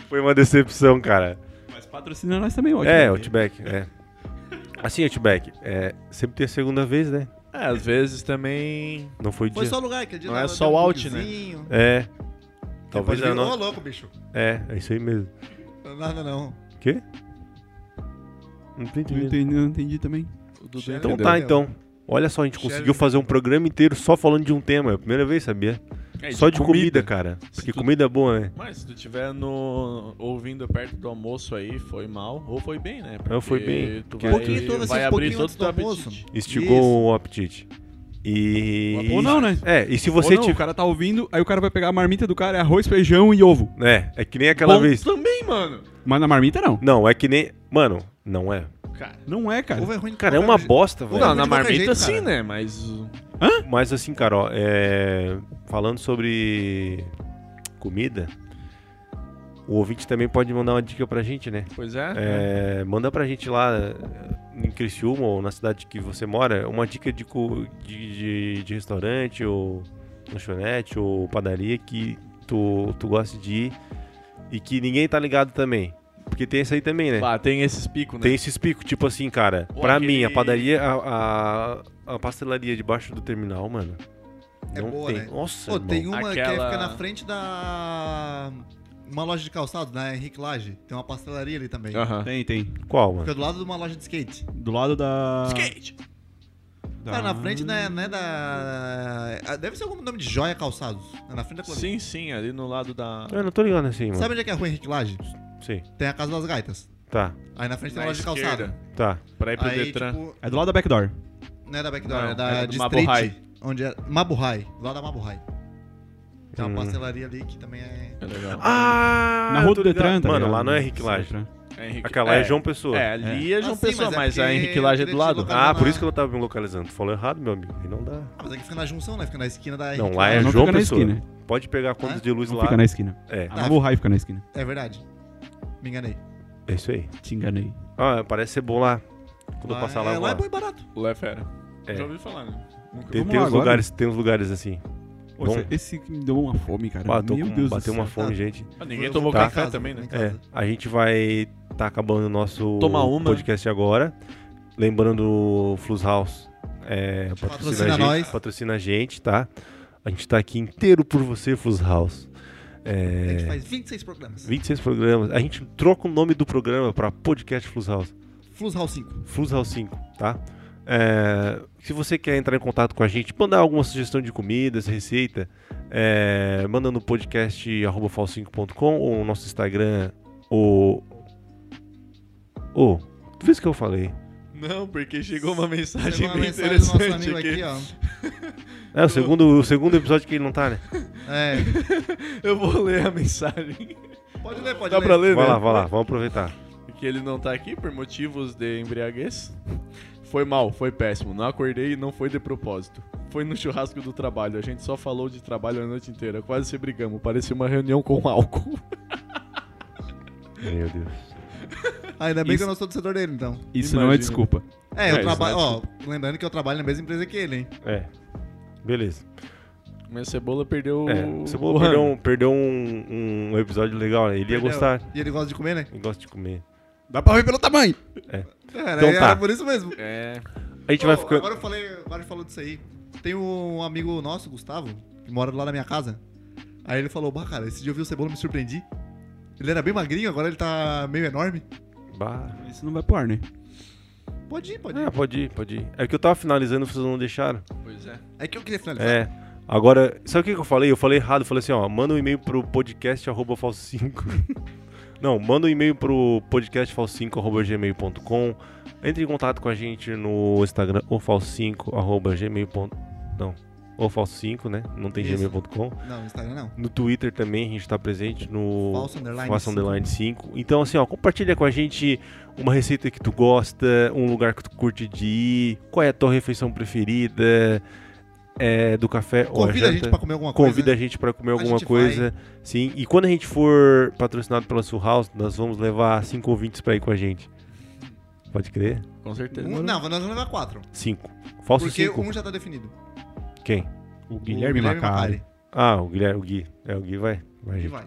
Speaker 1: Foi uma decepção, cara.
Speaker 4: Mas patrocina nós também, o Outback.
Speaker 1: É, Outback, é. Assim, Outback, é, sempre tem a segunda vez, né?
Speaker 2: É, às vezes também.
Speaker 1: Não foi o
Speaker 3: Foi
Speaker 1: dia.
Speaker 3: só o lugar, aquele dia
Speaker 2: Não
Speaker 3: lá
Speaker 2: é
Speaker 3: deu
Speaker 2: só o
Speaker 3: um
Speaker 2: out, né?
Speaker 3: bugzinho.
Speaker 1: É.
Speaker 3: Depois
Speaker 1: Talvez a
Speaker 3: virou,
Speaker 1: no...
Speaker 3: Ô, louco, bicho.
Speaker 1: É, é isso aí mesmo.
Speaker 3: Nada não.
Speaker 1: Quê? Não tô
Speaker 4: Não
Speaker 1: entendendo.
Speaker 4: entendi, não entendi também.
Speaker 2: O Dudu
Speaker 3: Então
Speaker 1: Então
Speaker 2: entendeu.
Speaker 1: tá, então. Olha só, a gente
Speaker 3: Chefe
Speaker 1: conseguiu fazer um programa inteiro só falando de um tema. É a primeira vez, sabia?
Speaker 2: É,
Speaker 1: Só de comida, cara. Porque
Speaker 2: tu-
Speaker 1: comida é boa, né?
Speaker 2: Mas se tu tiver no, ouvindo perto do almoço aí, foi mal. Ou foi bem, né?
Speaker 1: Não, foi
Speaker 2: Porque
Speaker 1: bem,
Speaker 2: Tu
Speaker 1: porque-
Speaker 2: vai,
Speaker 1: Um
Speaker 3: pouquinho, todas
Speaker 2: vai
Speaker 3: essas
Speaker 2: abrir
Speaker 3: pouquinho
Speaker 2: todo o
Speaker 3: antes do
Speaker 2: teu
Speaker 3: almoçou.
Speaker 2: apetite.
Speaker 1: Estigou um-
Speaker 3: Isso.
Speaker 1: o apetite. E.
Speaker 4: Ou não, né?
Speaker 1: É, e se
Speaker 4: Ou
Speaker 1: você
Speaker 4: não, o
Speaker 1: tiver.
Speaker 4: cara tá ouvindo, aí o cara vai pegar a marmita do cara, é arroz, feijão e ovo.
Speaker 1: É, é que nem aquela
Speaker 2: Bom
Speaker 1: vez.
Speaker 2: também, mano.
Speaker 4: Mas na marmita não.
Speaker 1: Não, é que nem. Mano, não é.
Speaker 2: Cara.
Speaker 4: Não é, cara.
Speaker 3: Ovo é ruim de
Speaker 1: Cara, é
Speaker 3: qualquer
Speaker 1: uma
Speaker 3: jeito.
Speaker 1: bosta, velho.
Speaker 2: Não,
Speaker 3: de
Speaker 2: na
Speaker 3: qualquer
Speaker 2: marmita
Speaker 3: jeito,
Speaker 2: sim,
Speaker 3: cara.
Speaker 2: né? Mas.
Speaker 1: Mas assim, Carol, é... falando sobre comida, o ouvinte também pode mandar uma dica pra gente, né?
Speaker 2: Pois é.
Speaker 1: É, Manda pra gente lá eh, em Criciúma ou na cidade que você mora uma dica de, co- de, de- de restaurante ou lanchonete ou padaria que tu, tu gosta de ir e que ninguém tá ligado também. Porque tem isso aí também, né?
Speaker 2: Bah, tem esses picos, né?
Speaker 1: Tem esses picos, tipo assim, cara.
Speaker 2: Ou
Speaker 1: pra
Speaker 2: aquele-
Speaker 1: mim, a padaria, a, a, a pastelaria debaixo do terminal, mano.
Speaker 3: É
Speaker 1: não
Speaker 3: boa,
Speaker 1: tem.
Speaker 3: né?
Speaker 1: Nossa,
Speaker 3: Pô,
Speaker 1: irmão.
Speaker 3: tem uma que
Speaker 2: Aquela-
Speaker 3: fica na frente da. Uma loja de calçado, na Henrique Laje. Tem uma pastelaria ali também.
Speaker 1: é-
Speaker 2: Aham.
Speaker 4: Tem, tem.
Speaker 3: um
Speaker 1: Qual, mano?
Speaker 3: Fica do lado de uma loja de skate.
Speaker 4: Do lado da.
Speaker 2: Skate!
Speaker 4: da-
Speaker 1: tá
Speaker 2: Ah.
Speaker 3: Cara, na frente né, né da. ah, Deve ser algum nome de joia calçados. É na frente da Clovis.
Speaker 2: Sim, sim, ali no lado da.
Speaker 1: Eu não tô ligando assim, mano.
Speaker 3: Sabe onde é que é a rua Henrique Laje?
Speaker 1: Sim.
Speaker 3: Tem a Casa das Gaitas.
Speaker 1: Tá,
Speaker 3: Aí na frente tem
Speaker 2: Na
Speaker 3: uma loja de
Speaker 2: esquerda.
Speaker 3: calçado.
Speaker 1: tá.
Speaker 2: Pra ir pro
Speaker 3: Aí,
Speaker 2: Detran.
Speaker 3: tipo,
Speaker 4: É do lado da backdoor.
Speaker 3: não é da Backdoor,
Speaker 2: Não,
Speaker 3: é da
Speaker 2: é do
Speaker 3: de
Speaker 2: Mabuhay.
Speaker 3: Street. Onde é? Mabuhay, lá da Mabuhay. Tem uma
Speaker 1: Hum.
Speaker 3: pastelaria ali que também é.
Speaker 2: É legal.
Speaker 1: Ah!
Speaker 4: na rua do
Speaker 1: tô ligado.
Speaker 4: Detran, tá
Speaker 1: Mano,
Speaker 4: ligado?
Speaker 1: lá não é Henrique Laje.
Speaker 4: Detran.
Speaker 2: É Henrique-
Speaker 1: Aquela é, João Pessoa.
Speaker 2: É, ali é, João
Speaker 3: Ah, sim,
Speaker 2: Pessoa,
Speaker 3: mas é
Speaker 2: mas, a
Speaker 3: porque
Speaker 2: Henrique Laje é do
Speaker 3: eu
Speaker 2: lado.
Speaker 3: queria te
Speaker 1: Ah,
Speaker 3: na-
Speaker 1: por isso que eu não tava me localizando. Tu falou errado, meu amigo. Aí não dá.
Speaker 3: Ah, mas aqui fica na junção, né? Fica na esquina da
Speaker 1: Não,
Speaker 3: Henrique
Speaker 1: lá é
Speaker 3: Laje.
Speaker 4: Não
Speaker 1: João
Speaker 4: fica na
Speaker 1: Pessoa.
Speaker 4: esquina.
Speaker 1: Pode pegar a conta
Speaker 3: Ah?
Speaker 1: de luz
Speaker 4: Não
Speaker 1: lá.
Speaker 4: fica na esquina.
Speaker 1: É,
Speaker 4: A Mabu High fica na esquina.
Speaker 3: É verdade. Me enganei.
Speaker 1: é isso aí.
Speaker 4: Te enganei.
Speaker 1: Ah, parece ser bom lá. Quando eu
Speaker 3: Lá
Speaker 1: passar
Speaker 3: é,
Speaker 1: lá, eu vou
Speaker 3: lá é
Speaker 1: lá.
Speaker 3: bom e barato.
Speaker 2: O Lá é fera.
Speaker 1: É.
Speaker 2: Já ouvi falar, né? Nunca
Speaker 1: Tem,
Speaker 4: Vamos
Speaker 1: tem
Speaker 4: lá
Speaker 1: uns
Speaker 4: agora.
Speaker 1: lugares, tem uns lugares assim.
Speaker 4: Pô,
Speaker 1: Bom.
Speaker 4: esse- Esse que me deu uma fome, cara.
Speaker 1: Ah, tô
Speaker 4: É, Meu
Speaker 1: com-
Speaker 4: Deus do
Speaker 1: bateu
Speaker 4: céu.
Speaker 1: uma fome, gente.
Speaker 2: Ah, ninguém
Speaker 3: Eu
Speaker 2: tomou
Speaker 3: vou ficar em
Speaker 2: café
Speaker 3: casa,
Speaker 2: também,
Speaker 3: vou
Speaker 2: né?
Speaker 3: ficar em
Speaker 1: É,
Speaker 3: casa.
Speaker 1: a gente vai tá acabando o nosso
Speaker 2: Tomar uma.
Speaker 1: podcast agora. Lembrando o Flus House. é, patrocina,
Speaker 3: Patrocina
Speaker 1: a gente,
Speaker 3: nós.
Speaker 1: Patrocina a gente, tá? A gente tá aqui inteiro por você, Flus House.
Speaker 3: A gente tá
Speaker 1: É,
Speaker 3: faz 26 programas.
Speaker 1: 26 programas. A gente troca o nome do programa pra podcast Flus House.
Speaker 3: Flus Hall 5.
Speaker 1: Flus House 5, tá? É, se você quer entrar em contato com a gente, mandar alguma sugestão de comidas, receita, é, manda no podcast arroba fal5.com ou no nosso Instagram, o. Ô, tu vê isso que eu falei.
Speaker 2: Não, porque chegou uma mensagem
Speaker 3: Chegou uma
Speaker 2: bem
Speaker 3: mensagem do nosso
Speaker 2: interessante
Speaker 3: amigo
Speaker 2: aqui.
Speaker 3: aqui, ó.
Speaker 1: É o segundo, o segundo episódio que ele não tá, né?
Speaker 3: É.
Speaker 2: Eu vou ler a mensagem.
Speaker 3: Pode ler, pode
Speaker 2: Dá
Speaker 3: ler.
Speaker 2: pra ler,
Speaker 1: Vai
Speaker 2: né?
Speaker 1: lá, vai lá, vamos aproveitar.
Speaker 2: Porque ele não tá aqui por motivos de embriaguez. Foi mal, foi péssimo. Não acordei e não foi de propósito. Foi no churrasco do trabalho. A gente só falou de trabalho a noite inteira. Quase se brigamos. Parecia uma reunião com álcool.
Speaker 1: Meu Deus.
Speaker 3: Ainda bem
Speaker 4: Isso-
Speaker 3: que eu não sou torcedor dele, então.
Speaker 4: Isso
Speaker 2: Imagina.
Speaker 4: não é desculpa.
Speaker 3: É,
Speaker 2: É,
Speaker 3: eu trabalho. Ó, lembrando que eu trabalho na mesma empresa que ele, hein?
Speaker 1: É. Beleza.
Speaker 2: Mas Cebola perdeu
Speaker 1: É,
Speaker 2: o...
Speaker 1: o
Speaker 2: o
Speaker 1: Cebola
Speaker 2: rango.
Speaker 1: perdeu, um, perdeu um, um episódio legal, né? Ele ia
Speaker 3: Entendeu?
Speaker 1: gostar.
Speaker 3: E ele gosta de comer, né?
Speaker 1: Ele gosta de comer.
Speaker 4: Dá pra ver pelo tamanho.
Speaker 3: Cara,
Speaker 1: Então
Speaker 3: era
Speaker 1: tá.
Speaker 3: por isso mesmo.
Speaker 2: É...
Speaker 1: A gente vai
Speaker 3: Pô,
Speaker 1: ficando.
Speaker 3: Agora eu falei, agora falou disso aí. Tem um amigo nosso, Gustavo, que mora lá na minha casa. Aí ele falou, bah, cara, esse dia eu vi o Cebola, me surpreendi. Ele era bem magrinho, agora ele tá meio enorme.
Speaker 1: Bah.
Speaker 4: Isso não vai pro ar, né?
Speaker 3: Pode ir, pode ir.
Speaker 1: Ah, pode ir, pode ir. É que eu tava finalizando, vocês não deixaram.
Speaker 2: Pois é.
Speaker 3: É que eu queria finalizar.
Speaker 1: É. Agora, sabe o que que eu falei? Eu falei errado. Eu falei assim, ó, manda um e-mail pro podcast arroba falso5. Não, manda um e-mail pro podcast falso5 arroba gmail.com. Entre em contato com a gente no Instagram ou falso5 arroba gmail.com. Não, ou falso5, né? Não tem
Speaker 3: Isso.
Speaker 1: gmail.com.
Speaker 2: É.
Speaker 3: Não, no Instagram não.
Speaker 1: No Twitter também a gente tá presente no
Speaker 3: Falso underline
Speaker 1: Falso
Speaker 3: cinco.
Speaker 1: Underline 5. Então, assim, ó, compartilha com a gente uma receita que tu gosta, um lugar que tu curte de ir, qual é a tua refeição preferida, é, do café ou
Speaker 3: Convida
Speaker 1: a
Speaker 3: a gente
Speaker 1: janta.
Speaker 3: pra comer alguma coisa.
Speaker 1: tá-
Speaker 3: né?
Speaker 1: Convida a gente pra comer
Speaker 3: A
Speaker 1: alguma
Speaker 3: gente
Speaker 1: coisa. Sim, e quando a gente for patrocinado pela Sul House, nós vamos levar cinco ouvintes pra ir com a gente. Pode crer?
Speaker 2: Com certeza.
Speaker 3: Um, não, nós vamos levar quatro.
Speaker 1: Cinco. Falso
Speaker 3: porque
Speaker 1: cinco?
Speaker 3: um já tá definido.
Speaker 1: Quem?
Speaker 4: O
Speaker 3: O Macari.
Speaker 1: Ah, o Guilherme, o Gui. É, o Gui vai. vai
Speaker 3: E
Speaker 1: gente.
Speaker 3: vai.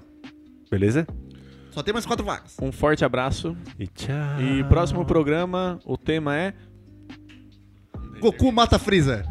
Speaker 1: Beleza?
Speaker 3: Só tem mais quatro vagas.
Speaker 2: Um forte abraço.
Speaker 1: E tchau.
Speaker 2: E próximo programa, o tema é...
Speaker 3: Goku mata Freeza.